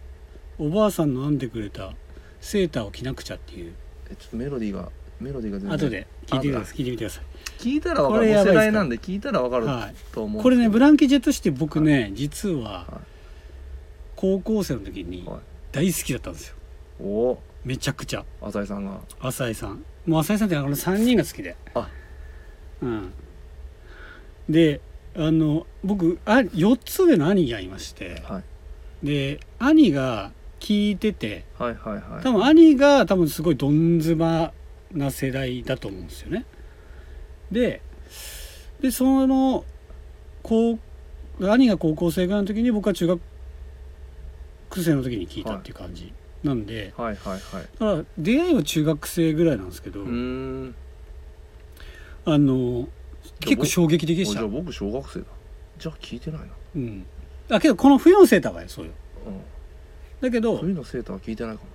[SPEAKER 1] おばあさんの編んでくれたセーターを着なくちゃっていう
[SPEAKER 2] えちょっとメロディーがメロディーが全然
[SPEAKER 1] 後で聞いてみてくだ
[SPEAKER 2] あ
[SPEAKER 1] さい聞いてみてください
[SPEAKER 2] 聞いたらわか
[SPEAKER 1] これ
[SPEAKER 2] る
[SPEAKER 1] やばいっすか
[SPEAKER 2] 世代なんで聞いたらわかる
[SPEAKER 1] はい
[SPEAKER 2] と思う
[SPEAKER 1] これねブ
[SPEAKER 2] ン
[SPEAKER 1] ランキー・ジェットシティ僕ね、実
[SPEAKER 2] は
[SPEAKER 1] はい高校生の時に
[SPEAKER 2] はい
[SPEAKER 1] 大好きだったんですよ
[SPEAKER 2] おお
[SPEAKER 1] めちゃくちゃ
[SPEAKER 2] 浅井さんが
[SPEAKER 1] 浅井さんもう浅井さんってあの3人が好きで
[SPEAKER 2] あ
[SPEAKER 1] うんであの僕あ4つ上の兄がいまして
[SPEAKER 2] はい
[SPEAKER 1] で兄が聞いてて
[SPEAKER 2] はいはいはい
[SPEAKER 1] 多分兄が多分すごいどんずばな世代だと思うんですよね。ででそのこう兄が高校生ぐらいの時に僕は中学生の時に聞いたっていう感じなんで、
[SPEAKER 2] はいはいはい
[SPEAKER 1] だから出会いは中学生ぐらいなんですけど、
[SPEAKER 2] うーん
[SPEAKER 1] あの結構衝撃的で
[SPEAKER 2] お
[SPEAKER 1] し
[SPEAKER 2] じ
[SPEAKER 1] た
[SPEAKER 2] ゃあ。僕小学生だじゃあ聞いてないな
[SPEAKER 1] うん、あけどこの「冬のセーター」はよそうよ
[SPEAKER 2] うん
[SPEAKER 1] だけど
[SPEAKER 2] 海のセーターは聞いてないかも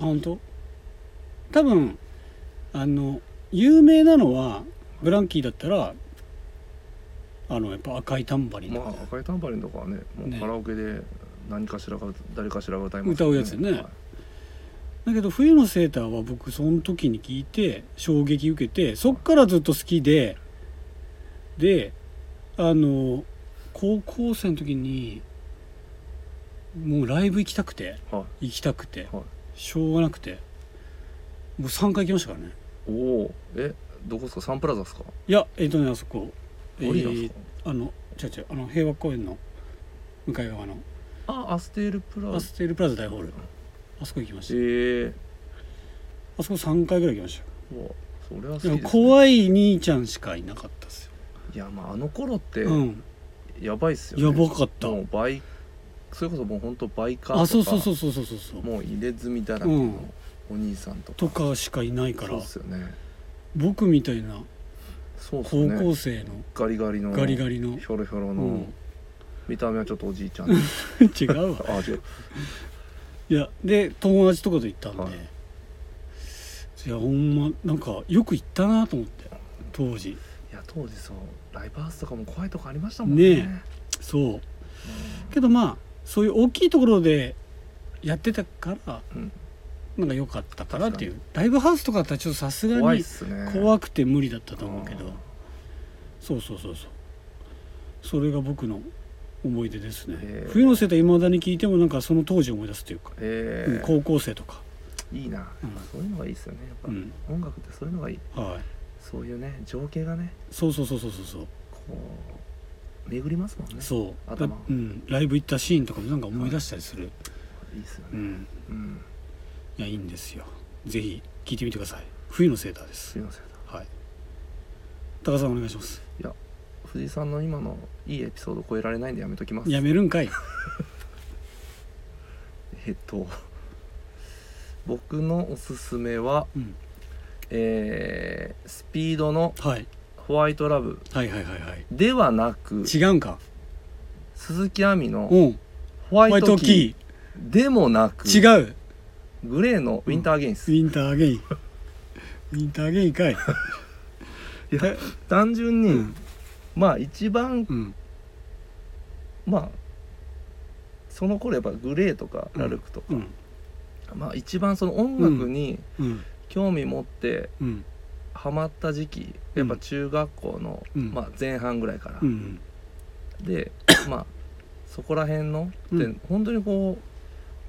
[SPEAKER 1] あ本当多分あの有名なのはブランキーだったらあのやっぱ赤いタンバリンとか
[SPEAKER 2] まあ赤いタンバリンとかはねもう
[SPEAKER 1] ね
[SPEAKER 2] カラオケで何かしらが誰かしらが歌います
[SPEAKER 1] 歌うやつよね
[SPEAKER 2] はい
[SPEAKER 1] だけど「冬のセーター」は僕その時に聞いて衝撃受けてそっからずっと好きでであの高校生の時にもうライブ行きたくて
[SPEAKER 2] はい
[SPEAKER 1] 行きたくて
[SPEAKER 2] はい
[SPEAKER 1] しょうがなくてもう3回行きましたからね
[SPEAKER 2] おおえどこですかサンプラザですか
[SPEAKER 1] いやえっ、とねあそこ
[SPEAKER 2] オリオンです
[SPEAKER 1] え
[SPEAKER 2] か、
[SPEAKER 1] ーあの違う違うあの平和公園の向かい側の
[SPEAKER 2] あアステールプラ
[SPEAKER 1] ア
[SPEAKER 2] ザ
[SPEAKER 1] ステルプラザ大ホールあそこ行きました
[SPEAKER 2] ええ
[SPEAKER 1] あそこ3回ぐらい行きました
[SPEAKER 2] ー、うわそれは好き
[SPEAKER 1] で
[SPEAKER 2] です、
[SPEAKER 1] も
[SPEAKER 2] ね、
[SPEAKER 1] 怖い兄ちゃんしかいなかったですよ、
[SPEAKER 2] いやまああの頃って
[SPEAKER 1] うん
[SPEAKER 2] やばいっすよね、
[SPEAKER 1] やばかった
[SPEAKER 2] もう倍それこそもう本当倍かとか
[SPEAKER 1] あそうそうそうそうそうそうそう
[SPEAKER 2] もう入れ墨だらけ
[SPEAKER 1] うん
[SPEAKER 2] のお兄さんとか、
[SPEAKER 1] とかしかいないから
[SPEAKER 2] そうっすよね
[SPEAKER 1] 僕みたいな
[SPEAKER 2] そうっす
[SPEAKER 1] 高
[SPEAKER 2] ね
[SPEAKER 1] 校生の
[SPEAKER 2] ガリガリの
[SPEAKER 1] ガリガリの
[SPEAKER 2] ひ、ょろひょろ
[SPEAKER 1] う
[SPEAKER 2] の、 *laughs*
[SPEAKER 1] ん、
[SPEAKER 2] 見た目はちょっとおじい
[SPEAKER 1] *laughs*
[SPEAKER 2] ちゃん
[SPEAKER 1] 違うわ
[SPEAKER 2] あ違う
[SPEAKER 1] いやで友達とかと行ったんで、
[SPEAKER 2] はい
[SPEAKER 1] い、やほんまなんかよく行ったなと思って当時
[SPEAKER 2] いや当時そうライブハウスとかも怖いとこありましたもんね
[SPEAKER 1] ねそうけどまあそういう大きいところでやってたから
[SPEAKER 2] うん
[SPEAKER 1] なんか良かったからっていうライブハウスとかだったらちょっとさす
[SPEAKER 2] うん
[SPEAKER 1] が
[SPEAKER 2] 怖いっ
[SPEAKER 1] に
[SPEAKER 2] すね
[SPEAKER 1] 怖くて無理だったと思うけど
[SPEAKER 2] うん
[SPEAKER 1] そうそうそうそうそれが僕の思い出ですね
[SPEAKER 2] へえ
[SPEAKER 1] 冬のセーターいまだに聞いてもなんかその当時を思い出すというか、
[SPEAKER 2] え
[SPEAKER 1] うん
[SPEAKER 2] ー
[SPEAKER 1] 高校生とか
[SPEAKER 2] いいな、
[SPEAKER 1] うん
[SPEAKER 2] そういうのがいいっすよねやっぱ、
[SPEAKER 1] うん
[SPEAKER 2] 音楽ってそういうのがいい
[SPEAKER 1] はい
[SPEAKER 2] そういうね情景がね
[SPEAKER 1] そうそうそうそうそうそう
[SPEAKER 2] こう巡りますもんね
[SPEAKER 1] そうだ
[SPEAKER 2] 頭
[SPEAKER 1] うん、ライブ行ったシーンとかもなんか思い出したりする、
[SPEAKER 2] いいっすよ
[SPEAKER 1] う
[SPEAKER 2] ね
[SPEAKER 1] ん
[SPEAKER 2] うん
[SPEAKER 1] いやいいんですよぜひ聞いてみてください冬のセーターです
[SPEAKER 2] すいません
[SPEAKER 1] はい高田さんお願いします
[SPEAKER 2] いや藤井さんの今のいいエピソード超えられないんでやめときます
[SPEAKER 1] やめるんかい
[SPEAKER 2] えっと僕のおすすめは、
[SPEAKER 1] うん
[SPEAKER 2] えースピードの
[SPEAKER 1] はい
[SPEAKER 2] ホワイトラブ
[SPEAKER 1] はいはいはいはい
[SPEAKER 2] ではなく
[SPEAKER 1] 違うんか
[SPEAKER 2] 鈴木亜美
[SPEAKER 1] う
[SPEAKER 2] の
[SPEAKER 1] ん
[SPEAKER 2] ホワ
[SPEAKER 1] ホワ
[SPEAKER 2] イ
[SPEAKER 1] イト
[SPEAKER 2] トキ
[SPEAKER 1] キ
[SPEAKER 2] ーでもなく
[SPEAKER 1] ー違う
[SPEAKER 2] グレーのウィンターアゲインス、
[SPEAKER 1] ウィンターアゲインウィンターアゲインかい
[SPEAKER 2] いや単純
[SPEAKER 1] う
[SPEAKER 2] に、
[SPEAKER 1] ん
[SPEAKER 2] まあ一番
[SPEAKER 1] うん
[SPEAKER 2] まあその頃やっぱグレーとか
[SPEAKER 1] うん
[SPEAKER 2] ラルクとか、
[SPEAKER 1] うん
[SPEAKER 2] まあ一番その音楽に
[SPEAKER 1] うん
[SPEAKER 2] 興味持って
[SPEAKER 1] うん
[SPEAKER 2] ハマった時期、やっぱ中学校の、
[SPEAKER 1] うん
[SPEAKER 2] まあ、前半ぐらいから、
[SPEAKER 1] うん
[SPEAKER 2] でまあそこら辺のっ
[SPEAKER 1] う
[SPEAKER 2] て
[SPEAKER 1] ん
[SPEAKER 2] 本当にこ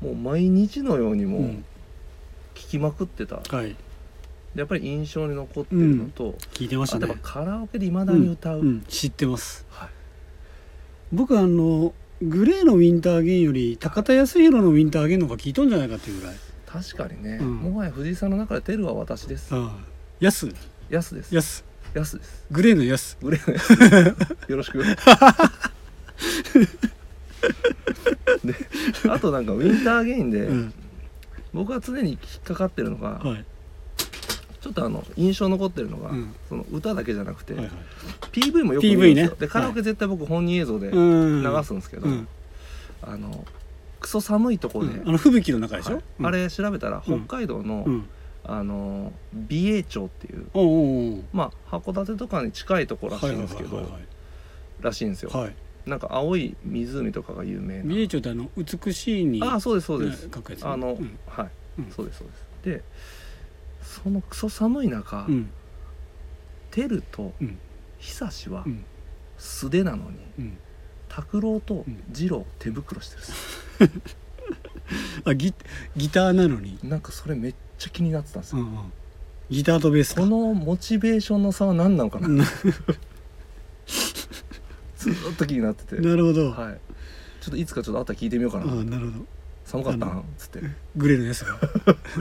[SPEAKER 2] うもう毎日のようにもう
[SPEAKER 1] うん
[SPEAKER 2] 聴きまくってた、
[SPEAKER 1] はい
[SPEAKER 2] でやっぱり印象に残ってるのと、
[SPEAKER 1] 聞いてまし
[SPEAKER 2] あ
[SPEAKER 1] たね
[SPEAKER 2] とやっぱカラオケでいまだに歌う、
[SPEAKER 1] うん知ってます
[SPEAKER 2] はい
[SPEAKER 1] 僕あのグレーのウィンターアゲインより高田康弘のウィンターアゲインの方が聞いとんじゃないかっていうぐらい
[SPEAKER 2] 確かにね、
[SPEAKER 1] うん
[SPEAKER 2] もはや藤井さんの中でテルは私です、
[SPEAKER 1] ああやす
[SPEAKER 2] ヤスです
[SPEAKER 1] やす
[SPEAKER 2] ヤスです
[SPEAKER 1] グレーのやす
[SPEAKER 2] グレーのヤスですよろしくであとなんかウィンターゲインで、
[SPEAKER 1] うん
[SPEAKER 2] 僕は常に引っかかってるのが、
[SPEAKER 1] はい
[SPEAKER 2] ちょっとあの印象残ってるのが、
[SPEAKER 1] うん
[SPEAKER 2] その歌だけじゃなくて、
[SPEAKER 1] はいはい
[SPEAKER 2] PV もよく見るんですよ、
[SPEAKER 1] PV ね
[SPEAKER 2] でカラオケ絶対僕本人映像で流
[SPEAKER 1] うん
[SPEAKER 2] すんですけど、
[SPEAKER 1] うん
[SPEAKER 2] あのクソ寒いとこで、
[SPEAKER 1] うんあの吹雪の中でしょ
[SPEAKER 2] はいあれ調べたら北海道の、
[SPEAKER 1] うん
[SPEAKER 2] あの美瑛町っていう
[SPEAKER 1] おうんうん
[SPEAKER 2] まあ函館とかに近いとこ
[SPEAKER 1] うん
[SPEAKER 2] らしいんですけど、
[SPEAKER 1] はいはい
[SPEAKER 2] らしいんですよ、
[SPEAKER 1] はいはいはい
[SPEAKER 2] なんか青い湖とかが有名
[SPEAKER 1] 美瑛町
[SPEAKER 2] な
[SPEAKER 1] ってあの美しいに
[SPEAKER 2] ああそうですそうです、
[SPEAKER 1] ね書くやつね
[SPEAKER 2] あの、
[SPEAKER 1] うん
[SPEAKER 2] はい、
[SPEAKER 1] うん
[SPEAKER 2] そうですそうですでそのクソ寒い中、
[SPEAKER 1] うん
[SPEAKER 2] テルと
[SPEAKER 1] うん
[SPEAKER 2] 久志は
[SPEAKER 1] うん
[SPEAKER 2] 素手なのに
[SPEAKER 1] うん
[SPEAKER 2] 拓郎と
[SPEAKER 1] うん
[SPEAKER 2] 二郎手袋してるんです
[SPEAKER 1] あギギターなのに、
[SPEAKER 2] よなんかそれめっちゃ気になってたんですよ、
[SPEAKER 1] うんうんギターとベースか
[SPEAKER 2] このモチベーションの差は何なのかな、 *laughs*
[SPEAKER 1] うん
[SPEAKER 2] ずーっと気になってて、
[SPEAKER 1] なるほど、
[SPEAKER 2] はいちょっといつかちょっとあったら聞いてみようかな、
[SPEAKER 1] ああなるほど
[SPEAKER 2] 寒かった
[SPEAKER 1] あ
[SPEAKER 2] んつって
[SPEAKER 1] グレーのやつ
[SPEAKER 2] *laughs*
[SPEAKER 1] が
[SPEAKER 2] グ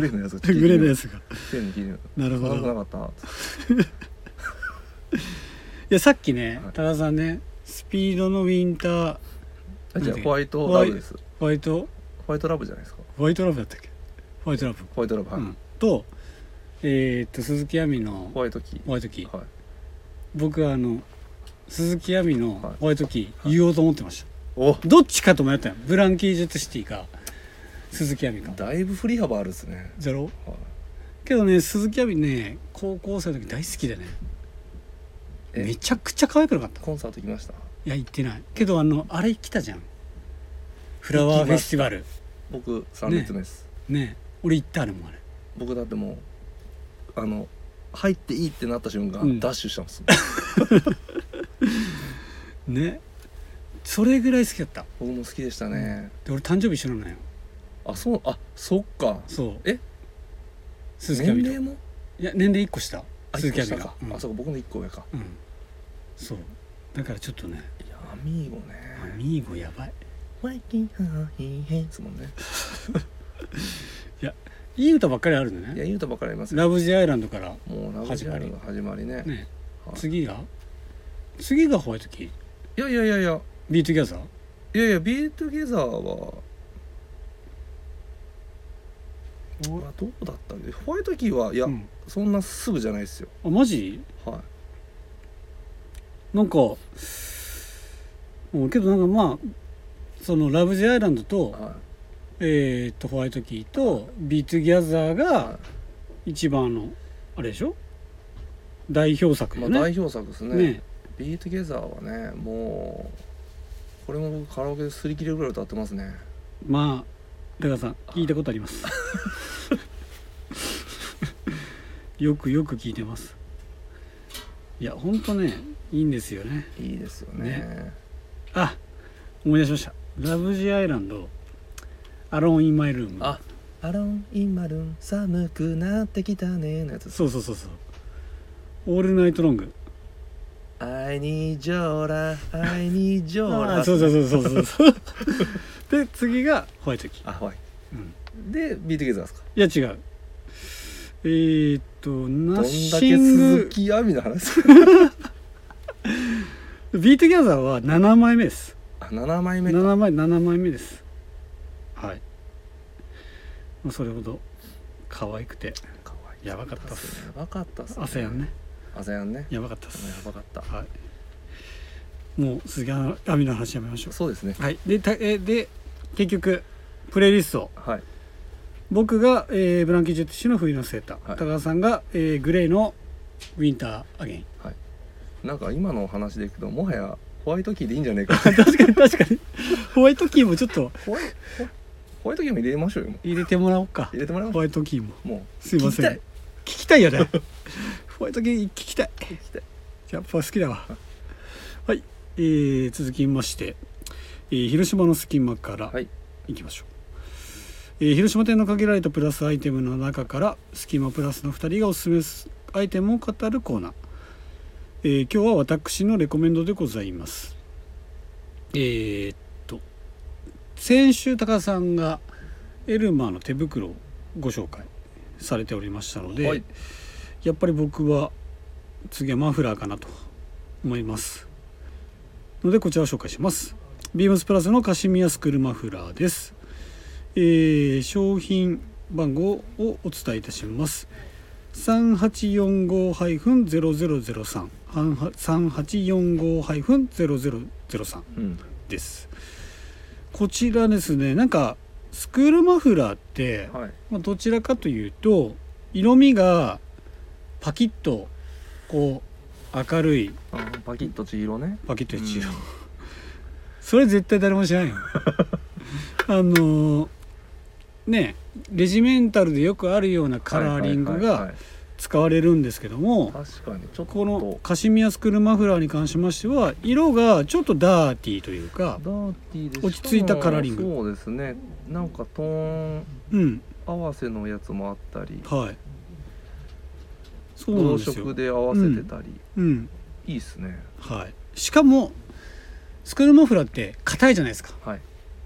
[SPEAKER 2] レーのやつ
[SPEAKER 1] グレーのや
[SPEAKER 2] つ
[SPEAKER 1] つが
[SPEAKER 2] テルに聞いてみよ
[SPEAKER 1] なる
[SPEAKER 2] う
[SPEAKER 1] ほ
[SPEAKER 2] 寒くな
[SPEAKER 1] ど
[SPEAKER 2] かったつって
[SPEAKER 1] いやさっきね
[SPEAKER 2] はい
[SPEAKER 1] 多田さんねスピードのウィンター
[SPEAKER 2] あ
[SPEAKER 1] な
[SPEAKER 2] じゃ
[SPEAKER 1] ん
[SPEAKER 2] あ
[SPEAKER 1] て
[SPEAKER 2] ホワイトラブです
[SPEAKER 1] ホワイト
[SPEAKER 2] ホワイトラブじゃないですか
[SPEAKER 1] ホワイトラブだったっけホワイトラブ、
[SPEAKER 2] ホワイトラブ、はい
[SPEAKER 1] うん、とえーっと鈴木亜美の
[SPEAKER 2] ホワイトキー
[SPEAKER 1] ホワイトキー
[SPEAKER 2] はい
[SPEAKER 1] 僕はあの鈴木亜美の
[SPEAKER 2] はい
[SPEAKER 1] ホワイトキー
[SPEAKER 2] はい
[SPEAKER 1] 言おうと思ってました、
[SPEAKER 2] お
[SPEAKER 1] どっちかと迷ったよブランキー・ジェット・シティか鈴木亜美か
[SPEAKER 2] だいぶ振り幅あるですね、
[SPEAKER 1] ゼロ
[SPEAKER 2] はい
[SPEAKER 1] けどね鈴木亜美ね高校生の時大好きでね
[SPEAKER 2] え
[SPEAKER 1] めちゃくちゃ可愛くなかったい
[SPEAKER 2] コンサート行きました
[SPEAKER 1] や行ってないけどあのあれ来たじゃんフラワーフェスティバル
[SPEAKER 2] 僕3列目です、
[SPEAKER 1] ね俺行ったあれもあれ
[SPEAKER 2] 僕だってもうあの入っていいってなった瞬間、
[SPEAKER 1] うん
[SPEAKER 2] ダッシュしたんです
[SPEAKER 1] *laughs* ねそれぐらい好きだった
[SPEAKER 2] 僕も好きでしたね、
[SPEAKER 1] で俺誕生日一緒なのよ
[SPEAKER 2] あそうあそっか
[SPEAKER 1] そう
[SPEAKER 2] え
[SPEAKER 1] 鈴木亜
[SPEAKER 2] 年
[SPEAKER 1] 美とい
[SPEAKER 2] 齢も
[SPEAKER 1] や年齢1個下
[SPEAKER 2] あ
[SPEAKER 1] 鈴木亜
[SPEAKER 2] 一個
[SPEAKER 1] 美
[SPEAKER 2] 下
[SPEAKER 1] が
[SPEAKER 2] か、
[SPEAKER 1] うん
[SPEAKER 2] あそうか僕の1個上か
[SPEAKER 1] うんそうだからちょっとね
[SPEAKER 2] いやアミーゴ
[SPEAKER 1] ア
[SPEAKER 2] ね
[SPEAKER 1] ミーゴやばい
[SPEAKER 2] ワイキンハーヘンですもんね
[SPEAKER 1] いい歌ばっかりあるんだ
[SPEAKER 2] いや
[SPEAKER 1] ね
[SPEAKER 2] 言うとばっかりありますよ
[SPEAKER 1] ラブジアイランドから
[SPEAKER 2] もうラブジャールの始まりね
[SPEAKER 1] ね
[SPEAKER 2] はい
[SPEAKER 1] 次が次がホワイトキー
[SPEAKER 2] いやいやいやいや
[SPEAKER 1] ビートギャザー
[SPEAKER 2] いやいやビートゲザーはあどうだったんでホワイトキーはいや、
[SPEAKER 1] うん、
[SPEAKER 2] そんなすぐじゃないですよ
[SPEAKER 1] あマジ
[SPEAKER 2] はい
[SPEAKER 1] なんかうんけどなんかまあそのラブジアイランドと,、
[SPEAKER 2] は
[SPEAKER 1] えー、とホワイトキーとビートギャザー
[SPEAKER 2] い、
[SPEAKER 1] が
[SPEAKER 2] は
[SPEAKER 1] 一番のあれでしょ代表作
[SPEAKER 2] い、ま
[SPEAKER 1] よ
[SPEAKER 2] あ
[SPEAKER 1] ね,、
[SPEAKER 2] 代表作ですね
[SPEAKER 1] ね
[SPEAKER 2] ビートゲザーはねもうこれも僕カラオケで擦り切れるぐらい歌ってますね
[SPEAKER 1] まあ高田さん聞いたことあります
[SPEAKER 2] *laughs*
[SPEAKER 1] よくよく聞いてますいやほんとねいいんですよね
[SPEAKER 2] いいですよね
[SPEAKER 1] あ思い出しましたラブジーアイランドアローン・イン・マイ・ルーム
[SPEAKER 2] あアロンインマルン寒くなってきたねのやつです
[SPEAKER 1] そうそうそうそうオールナイトロング
[SPEAKER 2] I need your love I need your
[SPEAKER 1] あ
[SPEAKER 2] love
[SPEAKER 1] そうそうそうそうそうそう *laughs* で次がホワイトキー
[SPEAKER 2] あはい、
[SPEAKER 1] う
[SPEAKER 2] でビートゲザーですか
[SPEAKER 1] いや違うえー、っと
[SPEAKER 2] ど
[SPEAKER 1] ナ
[SPEAKER 2] ん
[SPEAKER 1] ッ
[SPEAKER 2] だけ
[SPEAKER 1] シン
[SPEAKER 2] 鈴
[SPEAKER 1] グ
[SPEAKER 2] 木亜美の話
[SPEAKER 1] ビートギャザーは7枚目です
[SPEAKER 2] あ7枚目か
[SPEAKER 1] 7枚7枚目ですはいまあそれほど可愛くて
[SPEAKER 2] かわい
[SPEAKER 1] やばかったっす
[SPEAKER 2] やばかったっす
[SPEAKER 1] 朝やんね
[SPEAKER 2] 朝やんね
[SPEAKER 1] やばかったっ
[SPEAKER 2] や
[SPEAKER 1] す
[SPEAKER 2] ばかった
[SPEAKER 1] はいもう鈴木亜美の話やめましょ
[SPEAKER 2] そうですね
[SPEAKER 1] うはいでたえで結局プレイリスト
[SPEAKER 2] はい
[SPEAKER 1] 僕が、えーブランキー・ジェット氏の冬のセーター、
[SPEAKER 2] はい
[SPEAKER 1] 高田さんが、えーグレーのウィンター・ア
[SPEAKER 2] *laughs*
[SPEAKER 1] ゲイン
[SPEAKER 2] なんか今のお話でいくともはやホワイトキーでいいんじゃねえか
[SPEAKER 1] *laughs* 確かに確かにホワイトキーもちょっと
[SPEAKER 2] ホワイホワイホワイトキーも入れましょうよもう
[SPEAKER 1] 入れてもらおうか
[SPEAKER 2] 入れてもらいまし
[SPEAKER 1] ホ
[SPEAKER 2] ょ
[SPEAKER 1] ワイトキーも
[SPEAKER 2] うも
[SPEAKER 1] すいません
[SPEAKER 2] 聞
[SPEAKER 1] 聞きたいよね *laughs* ホワイトキー聞きたいう
[SPEAKER 2] 聞きたい
[SPEAKER 1] やっぱ好きだわはい、えー続きまして、えー広島の隙間から
[SPEAKER 2] はい
[SPEAKER 1] いきましょう、えー広島店の限られたプラスアイテムの中から隙間プラスの2人がおすすめすアイテムを語るコーナー、えー今日は私のレコメンドでございますえーっと先週高田さんがエルマーの手袋をご紹介されておりましたので、
[SPEAKER 2] はい
[SPEAKER 1] やっぱり僕は次はマフラーかなと思いますのでこちらを紹介しますビームスプラスのカシミヤスクールマフラーです、えー商品番号をお伝えいたします3845-0003 3845-0003
[SPEAKER 2] うん
[SPEAKER 1] ですこちらですねなんかスクールマフラーって、
[SPEAKER 2] はい
[SPEAKER 1] まあ、どちらかというと色味がパキッとこう明るい
[SPEAKER 2] あーパキッと千尋ね
[SPEAKER 1] パキッと一色、
[SPEAKER 2] うん
[SPEAKER 1] それ絶対誰も知ら
[SPEAKER 2] *laughs*
[SPEAKER 1] んよあのーねレジメンタルでよくあるようなカラーリング
[SPEAKER 2] はいはいは
[SPEAKER 1] が
[SPEAKER 2] い
[SPEAKER 1] 使われるんですけども
[SPEAKER 2] はい確かにちょっと
[SPEAKER 1] このカシミヤスクールマフラーに関しましては色がちょっとダーティーというか
[SPEAKER 2] ダーティーでしかも
[SPEAKER 1] 落ち着いたカラーリング
[SPEAKER 2] そうですねなんかトーン
[SPEAKER 1] うん
[SPEAKER 2] 合わせのやつもあったり
[SPEAKER 1] はいそうなん
[SPEAKER 2] 同
[SPEAKER 1] ですよ
[SPEAKER 2] 色、で合わせてたり、
[SPEAKER 1] うん
[SPEAKER 2] いいっすね
[SPEAKER 1] はい、しかもスクールマフラーって硬いじゃないですか
[SPEAKER 2] はい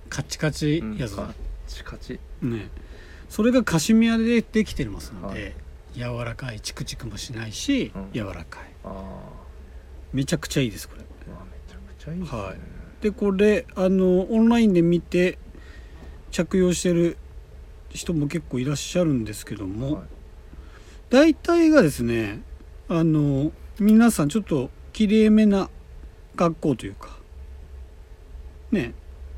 [SPEAKER 1] カッチカチやつ
[SPEAKER 2] うん
[SPEAKER 1] は
[SPEAKER 2] カ、チカチ
[SPEAKER 1] ねそれがカシミヤでできてますので、
[SPEAKER 2] はい
[SPEAKER 1] 柔らかいチクチクもしないし、
[SPEAKER 2] うん
[SPEAKER 1] 柔らかい
[SPEAKER 2] ああ
[SPEAKER 1] めちゃくちゃいいですこれ
[SPEAKER 2] めちゃくちゃいいですね、
[SPEAKER 1] はいでこれあのオンラインで見て着用してる人も結構いらっしゃるんですけども、
[SPEAKER 2] はい
[SPEAKER 1] 大体がですねあの皆さんちょっときれいめな格好というかね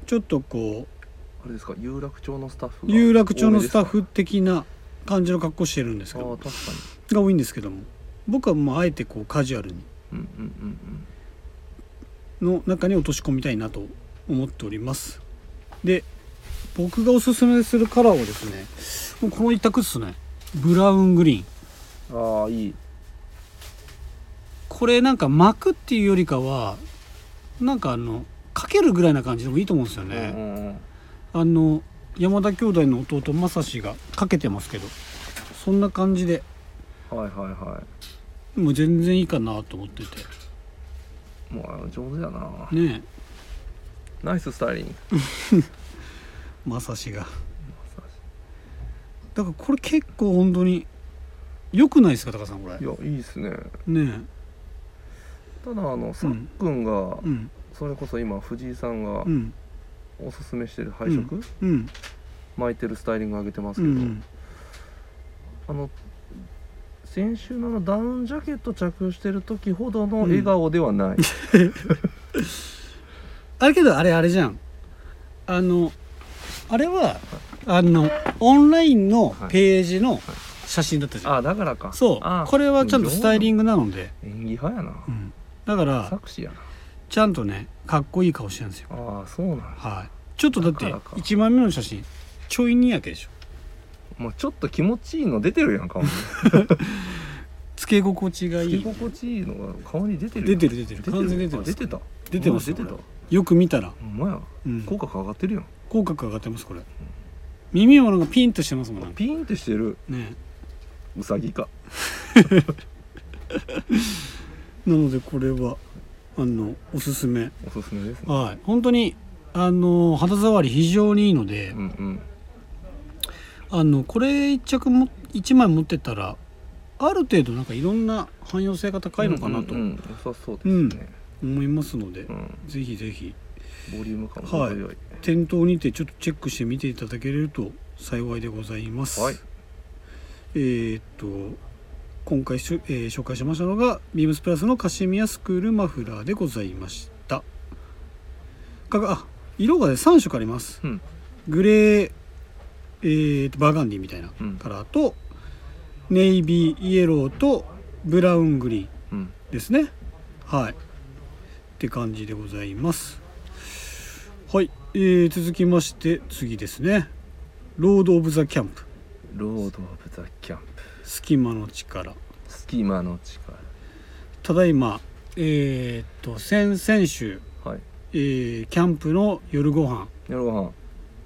[SPEAKER 1] ちょっとこう
[SPEAKER 2] あれですか有楽町のスタッフが
[SPEAKER 1] 有楽町のスタッ
[SPEAKER 2] 多
[SPEAKER 1] フ
[SPEAKER 2] い
[SPEAKER 1] 的な感じの格好してるんです
[SPEAKER 2] です
[SPEAKER 1] け
[SPEAKER 2] かあ
[SPEAKER 1] ど
[SPEAKER 2] ー確か
[SPEAKER 1] が多いんですけども僕はもうあえてこうカジュアルに
[SPEAKER 2] にうんうんうん
[SPEAKER 1] の中に落とし込みたいなと思っておりますで僕がおすすめするカラーはですねもうこの一択っすねブラウングリーン
[SPEAKER 2] うんああいい
[SPEAKER 1] これなんか巻くっていうよりかはなんかあのかけるぐらいな感じでもいいと思うんですよね、
[SPEAKER 2] うんうんうん
[SPEAKER 1] あの山田兄弟の弟正志がかけてますけどそんな感じで
[SPEAKER 2] はいはいは
[SPEAKER 1] もう全然いいかなと思ってて
[SPEAKER 2] いもうあ上手やな
[SPEAKER 1] ね
[SPEAKER 2] ナイススタイリング
[SPEAKER 1] え正志がだからこれ結構本当に良くないですか高さんこれ
[SPEAKER 2] いやいいですね
[SPEAKER 1] ね
[SPEAKER 2] ただあのさっくんが
[SPEAKER 1] えうん
[SPEAKER 2] それこそ今藤井さんが
[SPEAKER 1] うん
[SPEAKER 2] おすすめしてる配色、
[SPEAKER 1] うん
[SPEAKER 2] 巻いてるスタイリング上げてます
[SPEAKER 1] う
[SPEAKER 2] けど、
[SPEAKER 1] ん
[SPEAKER 2] あの先週のあのダウンジャケット着用してる時ほどの笑顔ではない、
[SPEAKER 1] あれけどあれあれじゃんあのあれはあのオンラインのページの写真だったじゃん
[SPEAKER 2] あだからか
[SPEAKER 1] そうこれはちゃんとスタイリン
[SPEAKER 2] グ
[SPEAKER 1] グなので、
[SPEAKER 2] 演技派やな、
[SPEAKER 1] うん、だから
[SPEAKER 2] 作詞やな
[SPEAKER 1] ちゃんとねかっこいい顔してるんですよ
[SPEAKER 2] ああそうなんだ
[SPEAKER 1] はいちょっとだって
[SPEAKER 2] だからか
[SPEAKER 1] 1枚目の写真ちょいにやけでしょ
[SPEAKER 2] もうちょっと気持ちいいの出てるやん顔に
[SPEAKER 1] つけ心地がい
[SPEAKER 2] 着
[SPEAKER 1] い
[SPEAKER 2] 心地いいのが顔に出てる
[SPEAKER 1] 出
[SPEAKER 2] やん
[SPEAKER 1] てる出てる完全に出て
[SPEAKER 2] あ
[SPEAKER 1] ま
[SPEAKER 2] 出
[SPEAKER 1] す
[SPEAKER 2] てた
[SPEAKER 1] 出てます
[SPEAKER 2] 出てた
[SPEAKER 1] これよく見たら、
[SPEAKER 2] ほんまや
[SPEAKER 1] うん、
[SPEAKER 2] 口角上がってるやん
[SPEAKER 1] 口角上がってますこれ耳もなんかピンとしてますもんなんか
[SPEAKER 2] ピーンってしてる
[SPEAKER 1] ね
[SPEAKER 2] ウサギか
[SPEAKER 1] なのでこれはあのおすすめ
[SPEAKER 2] おすすめですね
[SPEAKER 1] はい本当にあの肌触り非常にいいので、
[SPEAKER 2] うんうん
[SPEAKER 1] あのこれ1着も1枚持ってたらある程度なんかいろんな汎用性が高いのかなと
[SPEAKER 2] うんうんうん良さそうですね、
[SPEAKER 1] 思いますので、
[SPEAKER 2] うん
[SPEAKER 1] ぜひぜひ
[SPEAKER 2] ボリューム感も程よい、
[SPEAKER 1] 店頭にてちょっとチェックして見ていただけれると幸いでございます、
[SPEAKER 2] はい
[SPEAKER 1] えーっと今回しゅ、えー紹介しましたのがビームスプラスのカシミヤスクールマフラーでございましたかがあ色が、ね、3色あります
[SPEAKER 2] うん
[SPEAKER 1] グレー、えーっとバーガンディみたいな
[SPEAKER 2] うん
[SPEAKER 1] カラーと、ネイビーイエローとブラウングリーン
[SPEAKER 2] うん
[SPEAKER 1] ですねはいって感じでございますはい、えー続きまして次ですね「ロード・オブ・ザ・キャンプ
[SPEAKER 2] ロード・オブ・ザ・キャンプ
[SPEAKER 1] 隙間の力
[SPEAKER 2] 隙間の力」
[SPEAKER 1] ただいまえーっと先々週、
[SPEAKER 2] はい
[SPEAKER 1] えーキャンプの夜ご飯
[SPEAKER 2] 夜ご